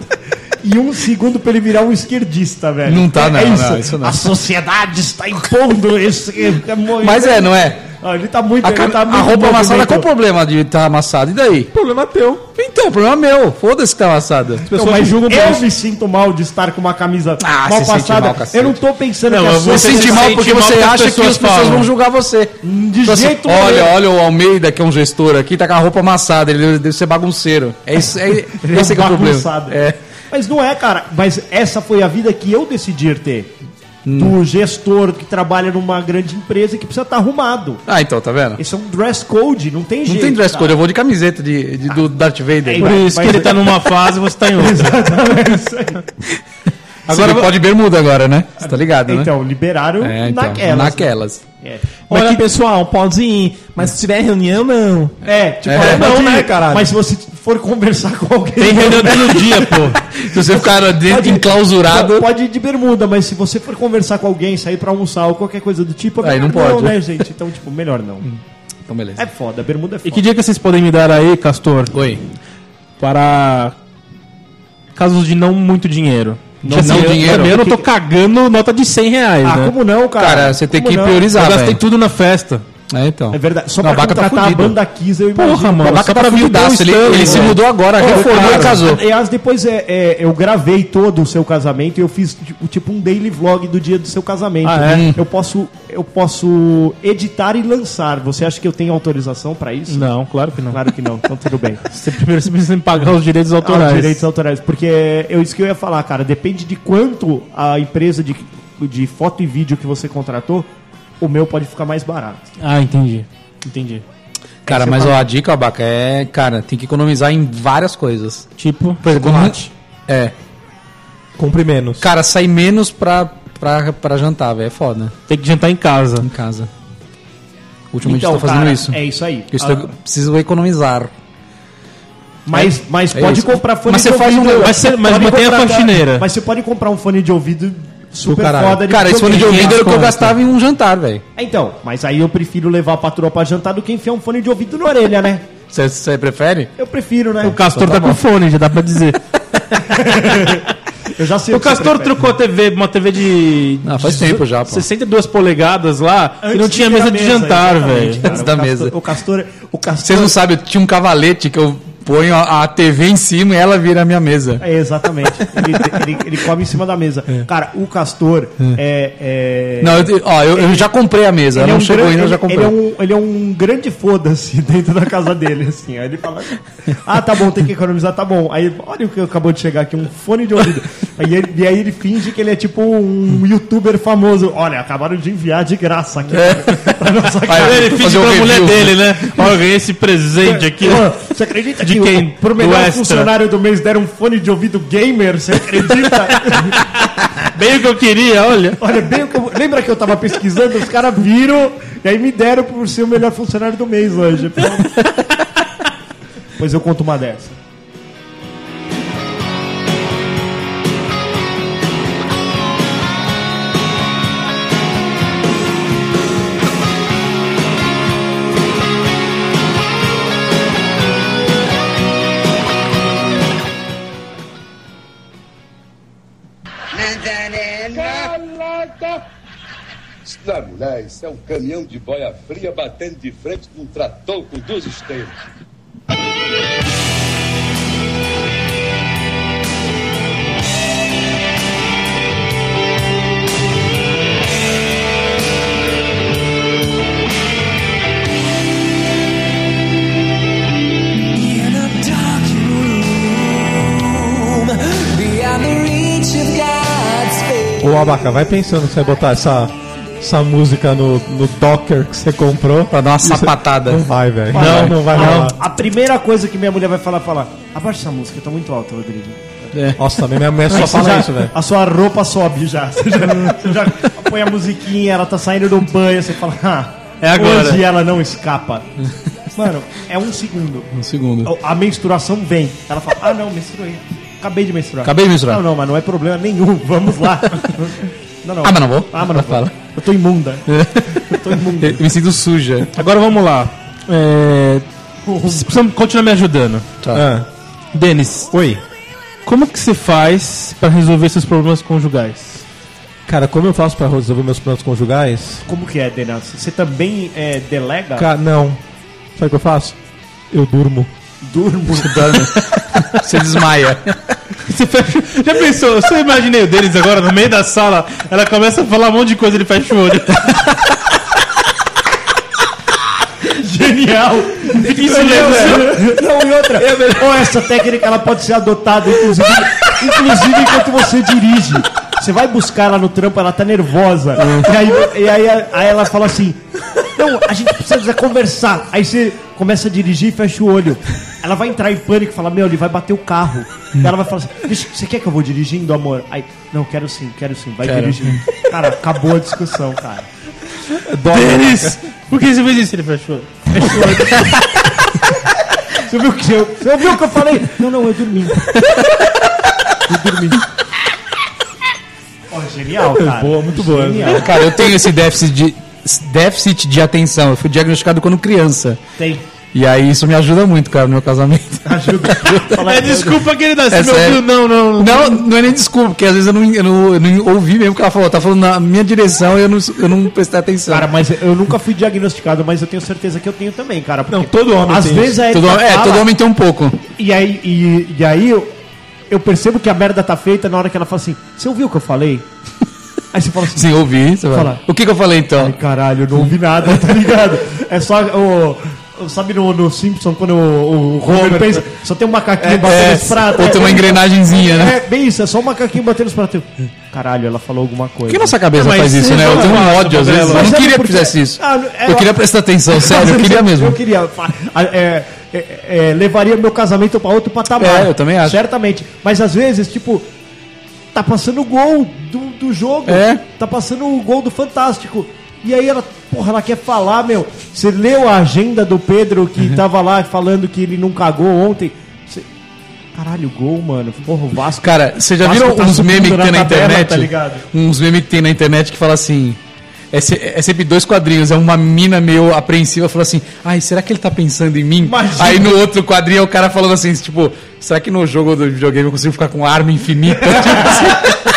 E: E um segundo pra ele virar um esquerdista, velho.
D: Não tá, não,
E: É isso.
D: não, isso não.
E: A sociedade está impondo esse.
D: Mas é, não é?
E: Ah, ele tá muito.
D: A,
E: ele
D: cam-
E: tá
D: a
E: muito
D: roupa amassada,
E: movimento.
D: qual o problema de estar amassada? E daí?
B: Problema teu. Então,
D: Então, o problema é meu. Foda-se que tá amassada.
E: Não, mas eu me sinto mal de estar com uma camisa
D: Ah,
E: mal
D: se sente
E: passada.
D: mal, cacete.
E: eu não tô pensando
C: Não,
E: que a
C: eu vou
D: Você se
E: sociedade-
D: sente mal
C: sente
D: porque
C: mal
D: você
C: que as
D: acha que
C: pessoas
D: as pessoas
C: falam.
D: vão julgar você.
E: De
D: Então, assim,
E: jeito
D: olha,
E: nenhum.
D: olha o Almeida, que é um gestor aqui, tá com a roupa amassada, ele deve ser bagunceiro. É isso, é,
E: Ele
D: esse que é o problema.
E: bagunçado.
D: É.
E: Mas não é, cara. Mas essa foi a vida que eu decidi ter.
D: Hum.
E: Do gestor que trabalha numa grande empresa e que precisa estar arrumado.
D: Ah, então, tá vendo?
E: Esse é um dress code, não tem
D: Não
E: jeito.
D: tem dress code,
E: cara.
D: eu vou de camiseta de, de- do Darth Vader.
E: É,
C: Por
E: vai,
C: isso
E: vai
C: que ele
E: ser.
C: tá numa fase e você tá em outra.
D: Agora
C: Agora-
D: pode bermuda agora, né? Você tá ligado, né?
E: Então, liberaram
D: É, então,
E: naquelas.
D: naquelas.
E: É.
B: Olha, pessoal, pode ir, mas se tiver reunião, não.
E: É, tipo,
D: É.
E: não,
B: Não, né,
E: né,
B: caralho?
E: caralho? Mas se você for conversar com alguém.
C: Tem reunião todo dia, É, pô.
D: Se você ficar dentro enclausurado,
E: Não, Pode ir de bermuda, mas se você for conversar com alguém, sair pra almoçar ou qualquer coisa do tipo, é
D: Aí não
E: melhor
D: pode.
E: né, gente? Então, tipo, melhor não.
D: Então, beleza.
E: É foda, bermuda é foda.
C: E que dia que vocês podem me dar aí, Castor?
D: Oi.
C: Para casos de não muito dinheiro.
D: De não
C: eu
D: dinheiro?
C: Também eu não tô cagando nota de 100 reais,
E: Ah,
C: né?
E: como não, cara?
D: Cara, você tem
E: Como
D: que
E: não?
D: priorizar,
C: eu gastei
D: velho.
C: tudo na festa.
D: É, então.
E: É verdade. Só
D: Não, a
E: pra
D: vaca tá
E: contratar a
D: fudido.
E: banda Kiss, eu imagino.
C: Porra, mano.
D: A
C: você
D: vaca tá
C: fudido, né?
D: viudaço, ele,
C: Stanley,
D: ele se
C: velho.
D: mudou agora,
E: Pô,
D: reformou
E: cara,
D: e casou.
E: Aliás, depois é, é, eu gravei todo o seu casamento e eu fiz tipo, tipo um daily vlog do dia do seu casamento.
C: Ah, é?
E: eu, posso, eu posso editar e lançar. Você acha que eu tenho autorização pra isso?
C: Não, claro que não.
E: Claro que não, então tudo bem.
C: Você primeiro você precisa me pagar os direitos autorais.
E: Ah, direitos autorais. Porque é isso que eu ia falar, cara. Depende de quanto a empresa de, de foto e vídeo que você contratou, o meu pode ficar mais barato.
C: Ah, entendi. Entendi.
D: Cara, mas ó, a dica, Abaca, é, cara, tem que economizar em várias coisas.
C: Tipo,
D: Por exemplo,
B: Chocolate.
D: É.
B: Compre menos.
D: Cara, sai menos pra, pra, pra jantar, velho. É foda.
C: tem que jantar em casa.
D: Em casa. Ultimamente eu tô Então, tá fazendo
E: cara,
D: isso.
E: É isso aí.
D: Eu estou-
E: Ah,
D: preciso economizar.
E: mas mas
D: é
E: pode
D: isso.
E: comprar fone
D: Mas você faz um negócio-
C: mas você- mas
E: Pode
C: mantém a
E: comprar-
C: faxineira.
E: Mas você pode comprar um fone de ouvido super
B: caralho.
E: foda.
D: Cara, esse fone de
E: videogame.
D: ouvido era o que eu
C: conta.
D: gastava em um jantar, velho.
E: Então, mas aí eu prefiro levar a patroa pra jantar do que enfiar um fone de ouvido na orelha, né?
D: Você prefere?
E: Eu prefiro, né?
C: O Castor tá, com fone, já dá pra dizer.
E: Eu já sei
C: o
E: que você
C: Castor
E: prefere.
C: trocou a TV, uma TV de.
D: Ah, faz
C: de
D: tempo já, pô.
C: 62 polegadas lá e não
E: Antes
C: tinha
E: de ter
C: mesa
E: a
C: de jantar,
E: exatamente,
C: velho.
E: cara.
D: Antes
E: O
D: da
E: Castor-
D: mesa.
E: O Castor. O Castor.
D: Vocês não sabem, eu tinha um cavalete que eu ponho a, a TV em cima e ela vira a minha mesa.
E: É, exatamente. Ele, ele- ele come em cima da mesa. Cara, o Castor é. é-
D: É. Não, eu, ó, eu, eu já comprei a mesa. Ela
E: é
D: não
E: um
D: chegou
E: gran-
D: ainda, eu já
E: ele-
D: comprei.
E: Ele é um, ele é um grande foda-se dentro da casa dele, assim. Aí ele fala: Ah, tá bom, tem que economizar, tá bom. Aí, olha o que acabou de chegar aqui, um fone de ouvido. Aí ele- e aí ele finge que ele é tipo
D: Hum.
E: um youtuber famoso. Olha, acabaram de enviar de graça aqui pra nossa
D: Aí
E: casa.
D: É. ele
C: Ele finge
D: fazer
C: pra
D: um
C: mulher
D: review.
C: dele, né? Ó, eu ganhei esse presente aqui.
E: Pô, Você acredita
C: De
E: que
C: quem?
E: o, pro
C: Do
E: melhor
C: extra.
E: funcionário do mês deram um fone de ouvido gamer? Você acredita?
C: Bem o que eu queria, olha.
E: Olha, bem o que eu- lembra que eu tava pesquisando, os caras viram e aí me deram por ser o melhor funcionário do mês hoje. Pois eu conto uma dessa.
I: Da mulher, isso é um caminhão de boia fria batendo de frente com um trator com duas esteiras.
J: In a dark room, beyond the reach of God's face.
B: Ô, Abaca, vai pensando se vai botar essa, essa música no, no Docker que você comprou.
D: Pra dar uma sapatada.
B: Não vai, velho.
E: Vai.
B: não vai
E: Ah,
B: rolar.
E: A primeira coisa que minha mulher vai falar, falar, abaixa essa música, tá muito alta, Rodrigo.
B: Nossa, também minha mulher
E: Aí
B: só
E: você
B: fala
E: já-
B: isso, velho.
E: A sua roupa sobe já. Você já, você já põe a musiquinha, ela tá saindo do banho, você fala, ah,
C: É agora."
E: hoje ela não escapa. Mano, é um segundo.
D: Um segundo.
E: A menstruação vem. Ela fala, ah não, menstruei. Acabei de menstruar.
C: Tá
D: Acabei de menstruar.
E: Não, não, mas não é problema nenhum. Vamos lá. Não, não.
D: Ah, mas não vou.
E: Ah, mas não
D: Fala.
E: fala. Eu tô imunda. Eu tô imunda.
D: Eu me sinto suja.
C: Agora vamos lá. É... Vocês precisam continuar me ajudando.
B: Ah,
C: Denis,
B: Oi.
C: como que você faz pra resolver seus problemas conjugais?
B: Cara, como eu faço pra resolver meus planos conjugais?
E: Como que é, Denas? Você também é, delega?
B: Cara, não. Sabe o que eu faço? Eu durmo.
E: Durmo.
D: Você desmaia.
C: Você fecha... Já pensou? Eu só imaginei o Denis agora no meio da sala. Ela começa a falar um monte de coisa, ele fecha o olho.
E: Genial.
C: Isso mesmo.
E: Não, e outra. Ou essa técnica ela pode ser adotada, inclusive, inclusive enquanto você dirige. Você vai buscar ela no trampo, ela tá nervosa. E aí, e aí, aí ela fala assim: Não, a gente precisa conversar. Aí você começa a dirigir e fecha o olho. Ela vai entrar em pânico e fala: Meu, ele vai bater o carro. Ela vai falar assim: "Vixe, Você quer que eu vou dirigindo, amor? Aí, não, quero sim, quero sim, vai dirigindo. Cara, acabou a discussão, cara.
C: Denis! Por que você fez isso? Ele fechou.
E: Você viu que eu, você ouviu o que eu falei? Não, não, eu dormi. Eu dormi. É Ó, genial, cara.
B: Boa, muito boa.
E: Genial.
D: Cara, eu tenho esse déficit de déficit de atenção. Eu fui diagnosticado quando criança.
E: Tem.
D: E aí isso me ajuda muito, cara, no meu casamento.
C: É desculpa que ele dá. Você
D: É
C: me ouviu?
D: sério.
C: Não, não, não.
D: Não, não é nem desculpa, porque às vezes eu não, eu não, eu não ouvi mesmo o que ela falou. Ela Tá falando na minha direção e eu não, eu não prestei atenção.
E: Cara, mas eu nunca fui diagnosticado, mas eu tenho certeza que eu tenho também, cara. porque
B: Não, todo homem
E: Às
B: tem
E: vezes a
D: todo,
E: Erika
D: é,
E: fala,
D: todo homem tem um pouco.
E: E aí, e, e aí eu, eu percebo que a merda tá feita na hora que ela fala assim: Você ouviu o que eu falei? Aí você fala assim:
D: Sim, ouvi. Você fala.
E: Fala. É,
D: O que, que eu falei
E: Ai,
D: então?
E: caralho, eu não ouvi nada, tá ligado? É só o. o- Sabe no, no Simpson, quando o, o Homer pensa, só tem um macaquinho batendo
D: É,
E: nos pratos.
D: ou tem uma
E: é,
D: engrenagenzinha, né?
E: É, bem isso, é só um macaquinho batendo nos pratos. Eu, Caralho, ela falou alguma coisa.
D: Por que nossa cabeça
C: mas
D: faz isso,
C: sim,
D: né? Eu
C: não,
D: tenho um
C: não,
D: ódio às vezes.
C: Gabriela.
D: Eu
E: Mas
D: não
E: sabe
D: queria que
E: por quê?
D: fizesse isso.
E: Ah, não, é,
D: Eu queria prestar atenção, sério, eu queria
E: Eu
D: mesmo.
E: queria. fa- é, é, é, levaria meu casamento pra outro patamar.
D: É, eu também acho.
E: Certamente. Mas às vezes, tipo, tá passando o gol do, do jogo.
D: É.
E: Tá passando o gol do Fantástico. E aí ela, porra, ela quer falar, meu. Você leu a agenda do Pedro que
D: Uhum.
E: tava lá falando que ele não cagou ontem. Você- Caralho, gol, mano. Porra, o Vasco.
D: Cara, você já
E: Vasco
D: viram
E: tá
D: uns
E: subindo
D: memes que tem na
E: tabela,
D: internet?
E: Tá ligado?
D: uns memes que tem na internet que fala assim. É, se- é sempre dois quadrinhos. É uma mina meio apreensiva falando assim: Ai, será que ele tá pensando em mim?
E: Imagina.
D: Aí no outro quadrinho é o cara falando assim: Tipo, será que no jogo do videogame eu consigo ficar com arma infinita?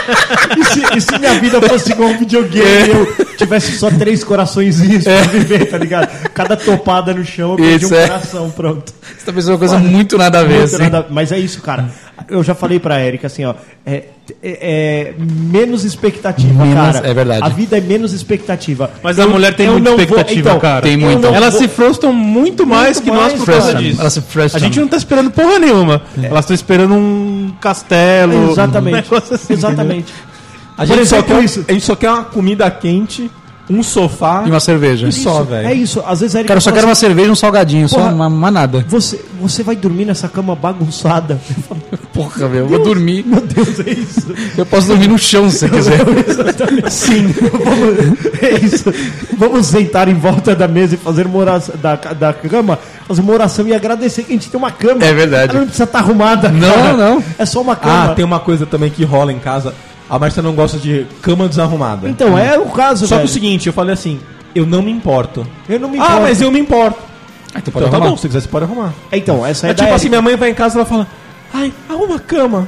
E: E se, e se minha vida fosse igual um
D: É.
E: videogame, eu tivesse só três coraçõezinhos pra viver, tá ligado? Cada topada no chão, eu perdi
D: Isso,
E: um
D: é.
E: coração, pronto.
D: Você tá pensando uma coisa muito nada a ver.
E: Muito
D: assim.
E: nada- mas é isso, cara. Eu já falei pra Erika assim, ó. É, é- é menos expectativa,
D: Menos-
E: cara.
D: é verdade.
E: A vida é menos expectativa.
C: Mas a mulher tem
E: eu
C: muita
E: não vou-
C: expectativa,
E: então,
C: cara.
D: Tem
E: eu
D: muita.
E: não
C: Elas
E: vou-
C: se frustram muito mais que nós
E: mais,
C: por causa
E: cara.
C: disso.
D: Elas se frustram.
C: A gente não tá esperando porra nenhuma. Elas estão esperando um castelo. Um
E: Exatamente.
C: negócio assim,
E: exatamente.
B: A gente, só
E: exemplo,
C: um-
D: um
B: quer,
E: isso.
B: a gente só quer uma comida quente, um sofá
D: E uma cerveja.
B: e só, velho.
E: É isso. Às vezes a Erika
D: Cara, eu só
E: fala
D: quero uma cerveja e um salgadinho,
E: Porra.
D: só uma, uma nada.
E: Você, você vai dormir nessa cama bagunçada. Eu falo,
D: Porra, meu, eu vou dormir.
E: Meu Deus, é isso.
D: Eu posso dormir no chão se você quiser.
E: Sim, vamos, é isso. Vamos sentar em volta da mesa e fazer uma oração, da, ca- da cama, fazer uma oração e agradecer que a gente tem uma cama.
D: É verdade.
E: Ela não precisa estar arrumada.
D: Não, não.
E: É só uma
B: Ah,
E: cama.
B: tem uma coisa também que rola em casa. A Marcia não gosta de cama desarrumada.
E: Então, é o caso,
B: um- Só que o
E: velho.
B: seguinte, eu falei assim, eu não me importo.
E: Eu não me
B: Ah,
E: importo.
B: mas eu me importo.
D: então
B: Então tá bom, se quiser você pode arrumar.
E: Então, essa é,
B: É
E: a
B: tipo assim, minha mãe vai em casa e ela fala, ai, arruma a cama.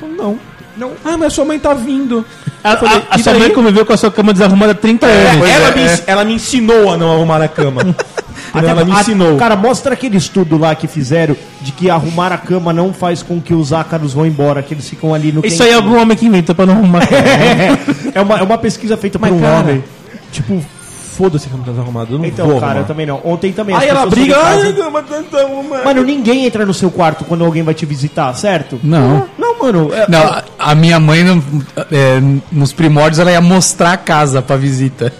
B: Eu falo, não. Não. Ah, mas sua mãe tá vindo.
C: A,
B: Eu falei,
C: a- a
B: "E
C: sua
B: daí?"
C: mãe conviveu com a sua cama desarrumada há 30 anos.
D: pois
B: ela,
D: é,
B: me,
D: é.
B: ens- ela me ensinou a não arrumar a cama. Entendeu? ela me
E: a-
B: ensinou.
E: Cara, mostra aquele estudo lá que fizeram de que arrumar a cama não faz com que os ácaros vão embora, que eles ficam ali no
C: Isso aí é
E: quentinho.
C: algum homem que inventa pra não arrumar. a cama.
E: é, uma, é uma pesquisa feita por um
B: cara,
E: homem.
B: Tipo, foda-se a cama desarrumada, eu não
E: Então,
B: vou
E: cara, eu
B: arrumar.
E: também não. Ontem também. as
B: Aí ela
E: pessoas
B: briga,
E: lá em
B: ai,
E: casa-
B: cama desarrumada.
E: Mano, ninguém entra no seu quarto quando alguém vai te visitar, certo?
D: Não.
E: Não, mano. é-
D: Não, a- a minha mãe, no- é, nos primórdios, ela ia mostrar a casa pra visita.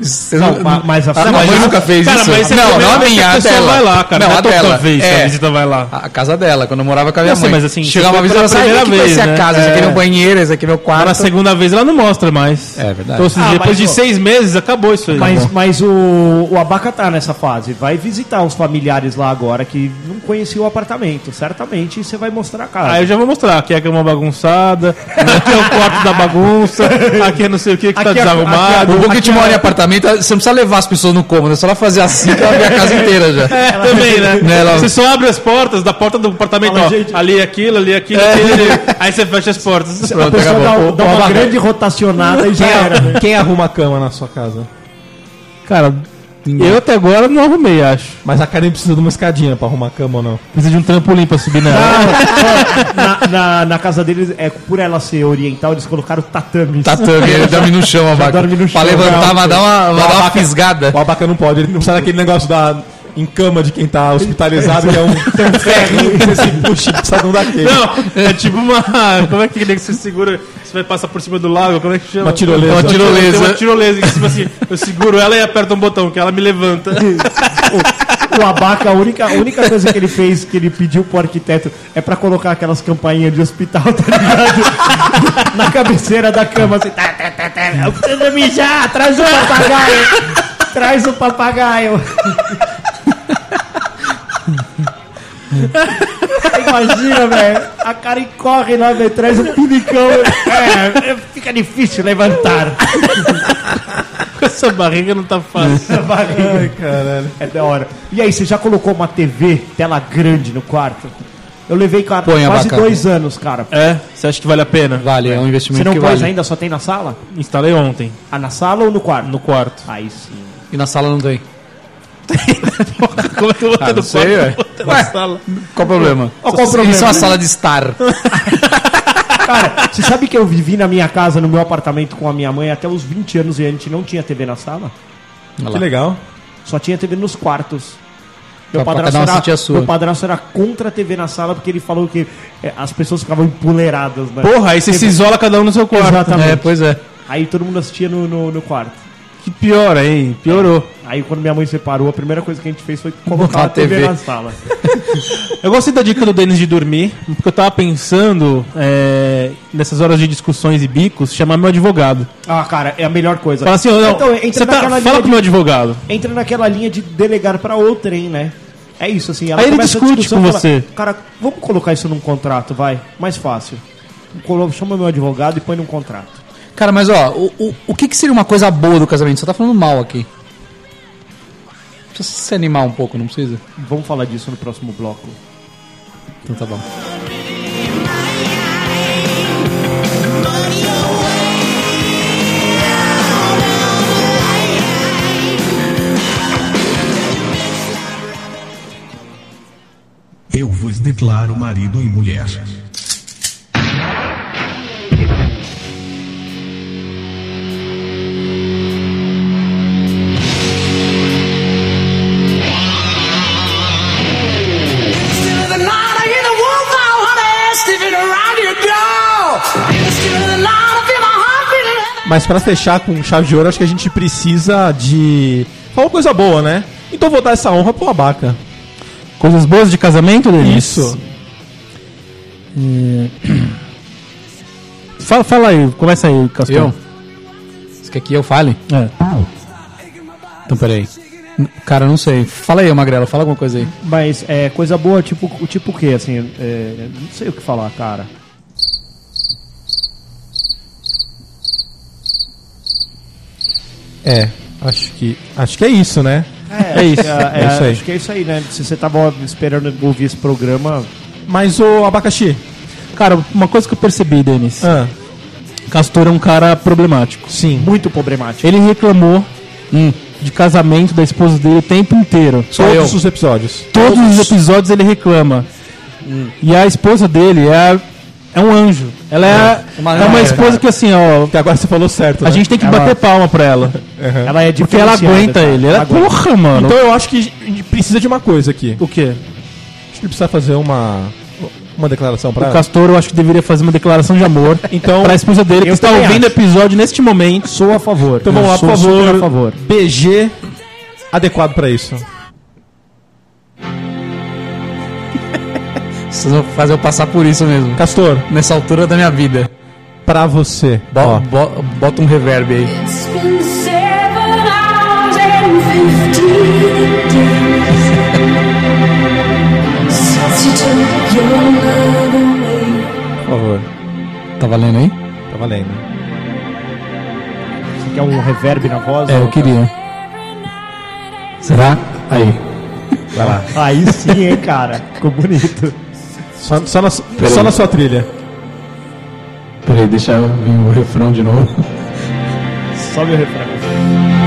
D: Você
E: Não, ma- mas a-
D: sua
E: mas
D: mãe
E: a-
D: nunca fez
C: Cara,
D: isso?
C: mas você
D: não,
C: também
D: não a
C: acha que
D: minha,
C: a
D: a
C: pessoa
D: dela.
C: vai lá, cara, não
D: Não,
C: é
D: a
C: toda
D: dela.
C: vez que
D: é,
C: a visita vai lá.
D: A a casa dela, quando eu morava com a minha
C: Eu sei,
D: mãe.
C: mas assim,
D: Chegava uma
C: foi
D: vez e
C: pela
D: ela saía,
C: primeira
D: que vai
C: vez,
D: ser a
C: né?
D: casa? Esse aqui é meu banheiro, esse aqui é meu
C: Mas
D: quarto.
C: na segunda vez ela não mostra mais.
D: É verdade.
C: Então, ou seja,
E: Ah,
C: depois
E: mas,
C: de
E: ó,
C: seis meses, acabou isso
B: tá
C: aí.
E: Mas, mas o, o Abaca tá nessa fase. Vai visitar os familiares lá agora que não conhecia o apartamento. Certamente você vai mostrar a casa.
C: Aí eu já vou mostrar. Aqui é a cama bagunçada, aqui é o quarto da bagunça, aqui é não sei o que que tá
E: Aqui é- aqui
D: O
C: desarrumado.
D: bom que a gente mora em apartamento, você não precisa levar as pessoas no cômodo, é só ela fazer assim que ela vê a casa inteira já.
C: É, também, né?
D: Né, ela-
C: Você só abre as portas da porta do apartamento,
E: Fala,
C: ó.
E: gente-
C: Ali aquilo, ali aquilo, aquilo, ali. Aí você fecha as portas.
E: a
D: Pronto,
E: pessoa dá,
D: acabou.
E: dá uma grande rotacionada e já era. né?
B: Quem arruma a cama na sua casa?
C: Cara, eu até agora não arrumei, acho.
B: Mas a Karen precisa de uma escadinha pra arrumar a cama ou não?
C: Precisa de um trampolim pra subir na
E: na, na- na casa deles, é, por ela ser oriental, eles colocaram tatame.
D: Tatame, Tá ele dorme no chão, a vaca.
E: dorme no chão,
D: pra levantar,
E: não,
D: mas dá uma, mas dá uma fisgada.
B: O abaca não pode, ele não precisa daquele negócio da. Em cama de quem tá hospitalizado, que é um, tem um ferrinho que você puxa e precisa de um daquele.
C: Não, é tipo uma. Como é que é que você segura? Você vai passar por cima do lago? Como é que chama?
B: Uma tirolesa.
C: Uma tirolesa. Tem uma
D: Tirolesa.
C: tirolesa que, tipo assim, eu seguro ela e aperto um botão, que ela me levanta.
E: O Abaca, a única, a única coisa que ele fez, que ele pediu pro arquiteto, é pra colocar aquelas campainhas de hospital, tá ligado? Na cabeceira da cama, assim, tá, tá, tá, tá. Eu preciso mijar, traz o papagaio! Traz o papagaio! Imagina, velho, a cara corre lá, velho, traz é, o pinicão. É, fica difícil levantar.
C: Essa barriga não tá fácil.
E: Ai, caralho. É da hora. E aí, você já colocou uma TV, tela grande no quarto? Eu levei, cara,
D: Põe a
E: quase
D: bacana.
E: dois anos, cara.
C: É? Você acha que vale a pena?
D: Vale, é um investimento
E: Você não
D: que
E: pôs
D: vale.
E: ainda, só tem na sala?
C: Instalei ontem,
E: Ah, na sala ou no quarto?
C: no quarto.
E: Aí sim.
D: E na sala não tem.
C: Como é que eu vou ter
D: Ah, não
C: no
D: sei, ué.
C: quarto? Vou ter na sala.
D: Qual o problema?
E: qual o problema,
D: Isso é uma
E: né?
D: sala de estar.
E: Cara, você sabe que eu vivi na minha casa, no meu apartamento com a minha mãe até os 20 anos e a gente não tinha TV na sala?
B: Que legal.
E: Só tinha TV nos quartos.
D: Pra- pra cada um sentir a sua.
E: meu padrasto era contra a TV na sala porque ele falou que é, as pessoas ficavam empoleiradas, né?
C: Porra, aí você se isola cada um no seu quarto.
E: Exatamente.
D: É, pois é.
E: Aí todo mundo assistia no, no, no quarto.
C: Que pior, hein? Piorou.
E: Aí quando minha mãe separou, a primeira coisa que a gente fez foi colocar
D: Botar
E: a TV,
D: TV.
E: na sala.
C: Eu gostei da dica do Denis de dormir, porque eu tava pensando, é, nessas horas de discussões e bicos, chamar meu advogado.
E: Ah, cara, é a melhor coisa.
C: Fala assim, ô, não,
E: então, entra
C: você tá,
E: naquela
C: fala
E: linha
C: pro meu advogado.
E: entra naquela linha de delegar pra outra, hein, né? É isso, assim. Ela
C: Aí ele
E: começa a
C: discute
E: discussão
C: com
E: e fala,
C: você.
E: Cara, vamos colocar isso num contrato, vai. Mais fácil. Colo- Chama meu advogado e põe num contrato.
D: Cara, mas ó, o, o, o que, que seria uma coisa boa do casamento? Você tá falando mal aqui. Precisa se animar um pouco, não precisa?
E: Vamos falar disso no próximo bloco.
D: Então tá bom.
K: Eu vos declaro marido e mulher.
J: of the night, I hear the wolf howl, honey, sniffing around your door. In the still of the night, I feel my heart beating heavy.
B: Mas pra fechar com chave de ouro, acho que a gente precisa de. Falar uma coisa boa, né? Então vou dar essa honra pro Abaca.
C: Coisas boas de casamento, Denis? É.
B: Isso.
C: Fala, fala aí, começa aí, Castor.
D: Eu? Você quer que eu fale?
C: É.
D: Então peraí. N- Cara, eu não sei. Fala aí, Magrela, fala alguma coisa aí.
E: Mas é coisa boa, tipo o tipo o quê, assim? é, não sei o que falar, cara.
B: É, acho que. Acho que é isso, né?
E: É,
B: isso,
E: acho que É,
B: é isso aí.
E: Acho que é isso aí, né? Se você tava esperando ouvir esse programa,
B: Mas o abacaxi.
C: Cara, uma coisa que eu percebi, Denis.
B: Ah,
C: Castor é um cara problemático.
B: sim.
E: muito problemático.
C: Ele reclamou
E: Hum.
C: de casamento da esposa dele o tempo inteiro.
B: Todos os episódios.
C: Todos os episódios ele reclama. E a esposa dele é, é um anjo. Ela é, é uma, esposa que assim, ó.
B: Até agora você falou certo.
C: A
B: né?
C: gente tem que bater palma pra ela.
E: Ela é
C: Porque ela
E: diferenciada,
C: aguenta
E: cara.
C: ele. Ela, é
E: aguenta.
C: porra, mano.
B: Então eu acho que a gente precisa de uma coisa aqui.
C: o quê?
B: Acho que precisa fazer uma. Uma declaração pra
C: O
B: ela.
C: Castor, eu acho que deveria fazer uma declaração de amor
B: Então-
C: pra esposa dele, que
E: Eu
C: está
E: também
C: ouvindo o
E: acho.
C: episódio neste momento.
E: Sou a favor.
B: Então vamos
E: Eu
B: lá,
E: sou
B: por
E: super
B: favor.
E: a favor.
B: BG adequado pra isso.
D: Vocês vão fazer eu passar por isso mesmo.
B: Castor,
D: Nessa altura da minha vida.
B: pra você.
D: Bo-
B: Ó.
D: bo- bota um reverb aí.
G: It's been seven hours and fifteen days since you took your love away.
B: Por favor.
D: Tá valendo aí?
B: Tá valendo.
E: Você quer um reverb na voz?
D: É, eu queria. Será? Aí.
B: Vai lá.
E: Aí sim, hein, cara. Ficou bonito.
B: Só, só na, su-
D: Peraí.
B: só na sua trilha.
D: Peraí, deixa eu vir o refrão de novo.
E: Sobe o refrão.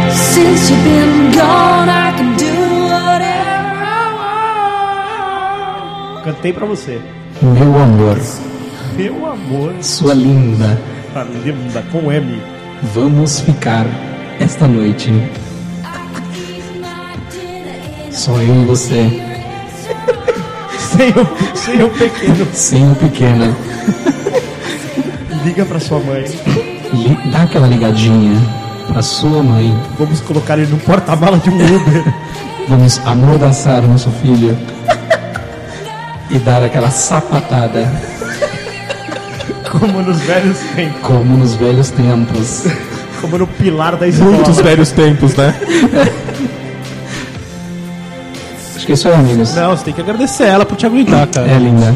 G: Since you've been gone, I can do whatever I want.
E: Cantei pra você.
D: Meu amor,
E: Meu amor,
D: sua linda,
E: tá linda, com M.
D: vamos ficar esta noite. Só eu e você,
E: Sem o, sem o pequeno.
D: sem o pequeno.
E: Liga pra sua mãe.
D: Li- dá aquela ligadinha pra sua mãe.
E: Vamos colocar ele no porta-mala de um Uber.
D: Vamos amordaçar o nosso filho e dar aquela sapatada,
E: Como nos velhos tempos.
D: como nos velhos tempos.
E: Como no pilar da escola.
B: Muitos velhos tempos, né?
D: Acho que é isso aí, amigos.
C: Não, você tem que agradecer ela por te aguentar, cara.
D: É, linda.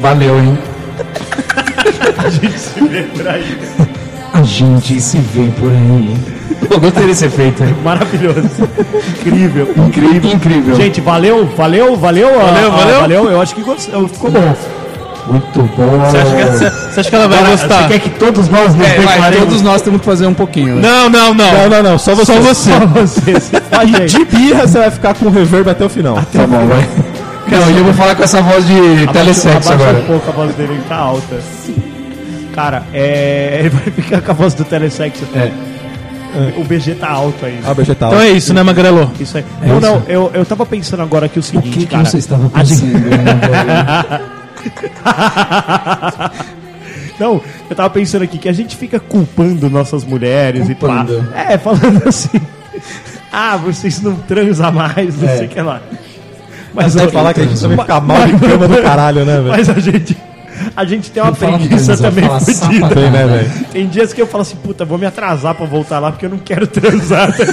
D: Valeu, hein?
E: se vê por aí.
D: A gente se vê por aí. Eu gostei desse efeito.
E: Maravilhoso. Incrível.
D: Incrível. Incrível.
E: Gente, valeu, valeu, valeu. a-
D: Valeu,
E: a-
D: valeu?
E: valeu. Eu acho que gost- eu- ficou bom.
D: Muito bom. Você
C: acha que- você- você acha que ela vai gostar?
D: Você quer que todos nós nos
C: É, vai,
D: declaremos?
C: todos
D: Todos nós temos que fazer um pouquinho.
C: Não, não, não.
B: Não, não, não. Só você.
C: Só você.
B: De birra você vai ficar com o reverb até o final.
D: Tá bom, vai. Não, e eu vou falar com essa voz de telesexo
E: abaixa
D: agora.
E: um pouco a voz dele, tá alta. Cara, é... ele vai ficar com a voz do telesexo.
D: É.
E: O BG tá alto ainda.
B: Ah, o BG tá
C: Então é isso, né, Magrelo?
E: Isso aí. não, não, eu, eu tava pensando agora aqui o seguinte,
D: que que
E: cara.
D: você estava
E: A gente-
D: pensando,
E: não, eu tava pensando aqui que a gente fica culpando nossas mulheres e
D: Culpando.
E: pá. É, falando assim. Ah, vocês não transam mais, não
D: É.
E: sei o que lá.
B: Mas vai falar que a gente também fica mal de cama do caralho, né, velho?
E: Mas a gente. A gente tem uma
D: fala que
E: preguiça
D: transa,
E: também
D: fala
E: fodida.
D: safado.
B: Tem, né, velho?
E: Tem dias que eu falo assim, puta, vou me atrasar pra voltar lá porque eu não quero transar.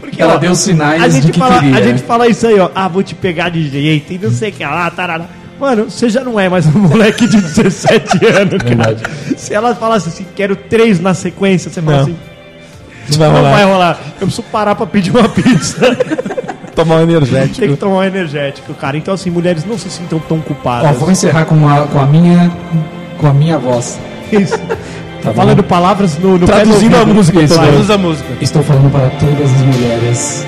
E: Porque,
D: Ela
E: ó,
D: deu sinais
E: a gente
D: do que
E: fala,
D: queria.
E: A gente fala isso aí, ó. Ah, vou te pegar de jeito e não sei o que lá, tarará. Mano, você já não é mais um moleque de 17 anos, cara.
D: Verdade.
E: Se ela falasse assim, quero três na sequência, você fala
B: Não.
E: assim,
B: Não vai
E: não vai
B: rolar.
E: rolar. Eu preciso parar pra pedir uma pizza.
B: Tomar um
E: Tem que
B: energético.
E: tomar um energético, cara. Então, assim, mulheres não se sintam tão
D: Ó,
E: culpadas.
D: vou encerrar com a, com a minha com a minha voz.
E: Isso.
D: Tá bom?
E: Falando palavras no, no pé do
B: Traduzindo a
E: ouvido.
B: música,
D: então.
B: isso,
E: Vai.
B: né?
C: Traduz a música.
D: Estou falando para todas as mulheres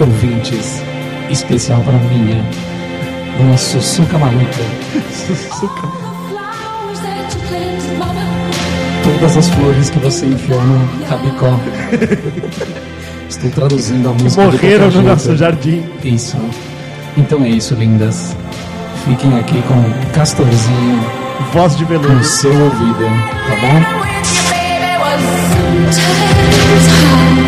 D: ouvintes, especial para a minha, dona Sussuca Maluca.
G: Flowers that you planted, mama.
D: Todas as flores que você enfiou no cabicó. Estou traduzindo a música. de
E: Morreram
D: qualquer
E: no
D: jeito.
E: nosso jardim.
D: Isso. Então é isso, lindas. Fiquem aqui com Castorzinho
E: Voz de
D: no
E: veludo.
D: seu ouvido, tá bom?
G: With you, baby, was sometimes hard.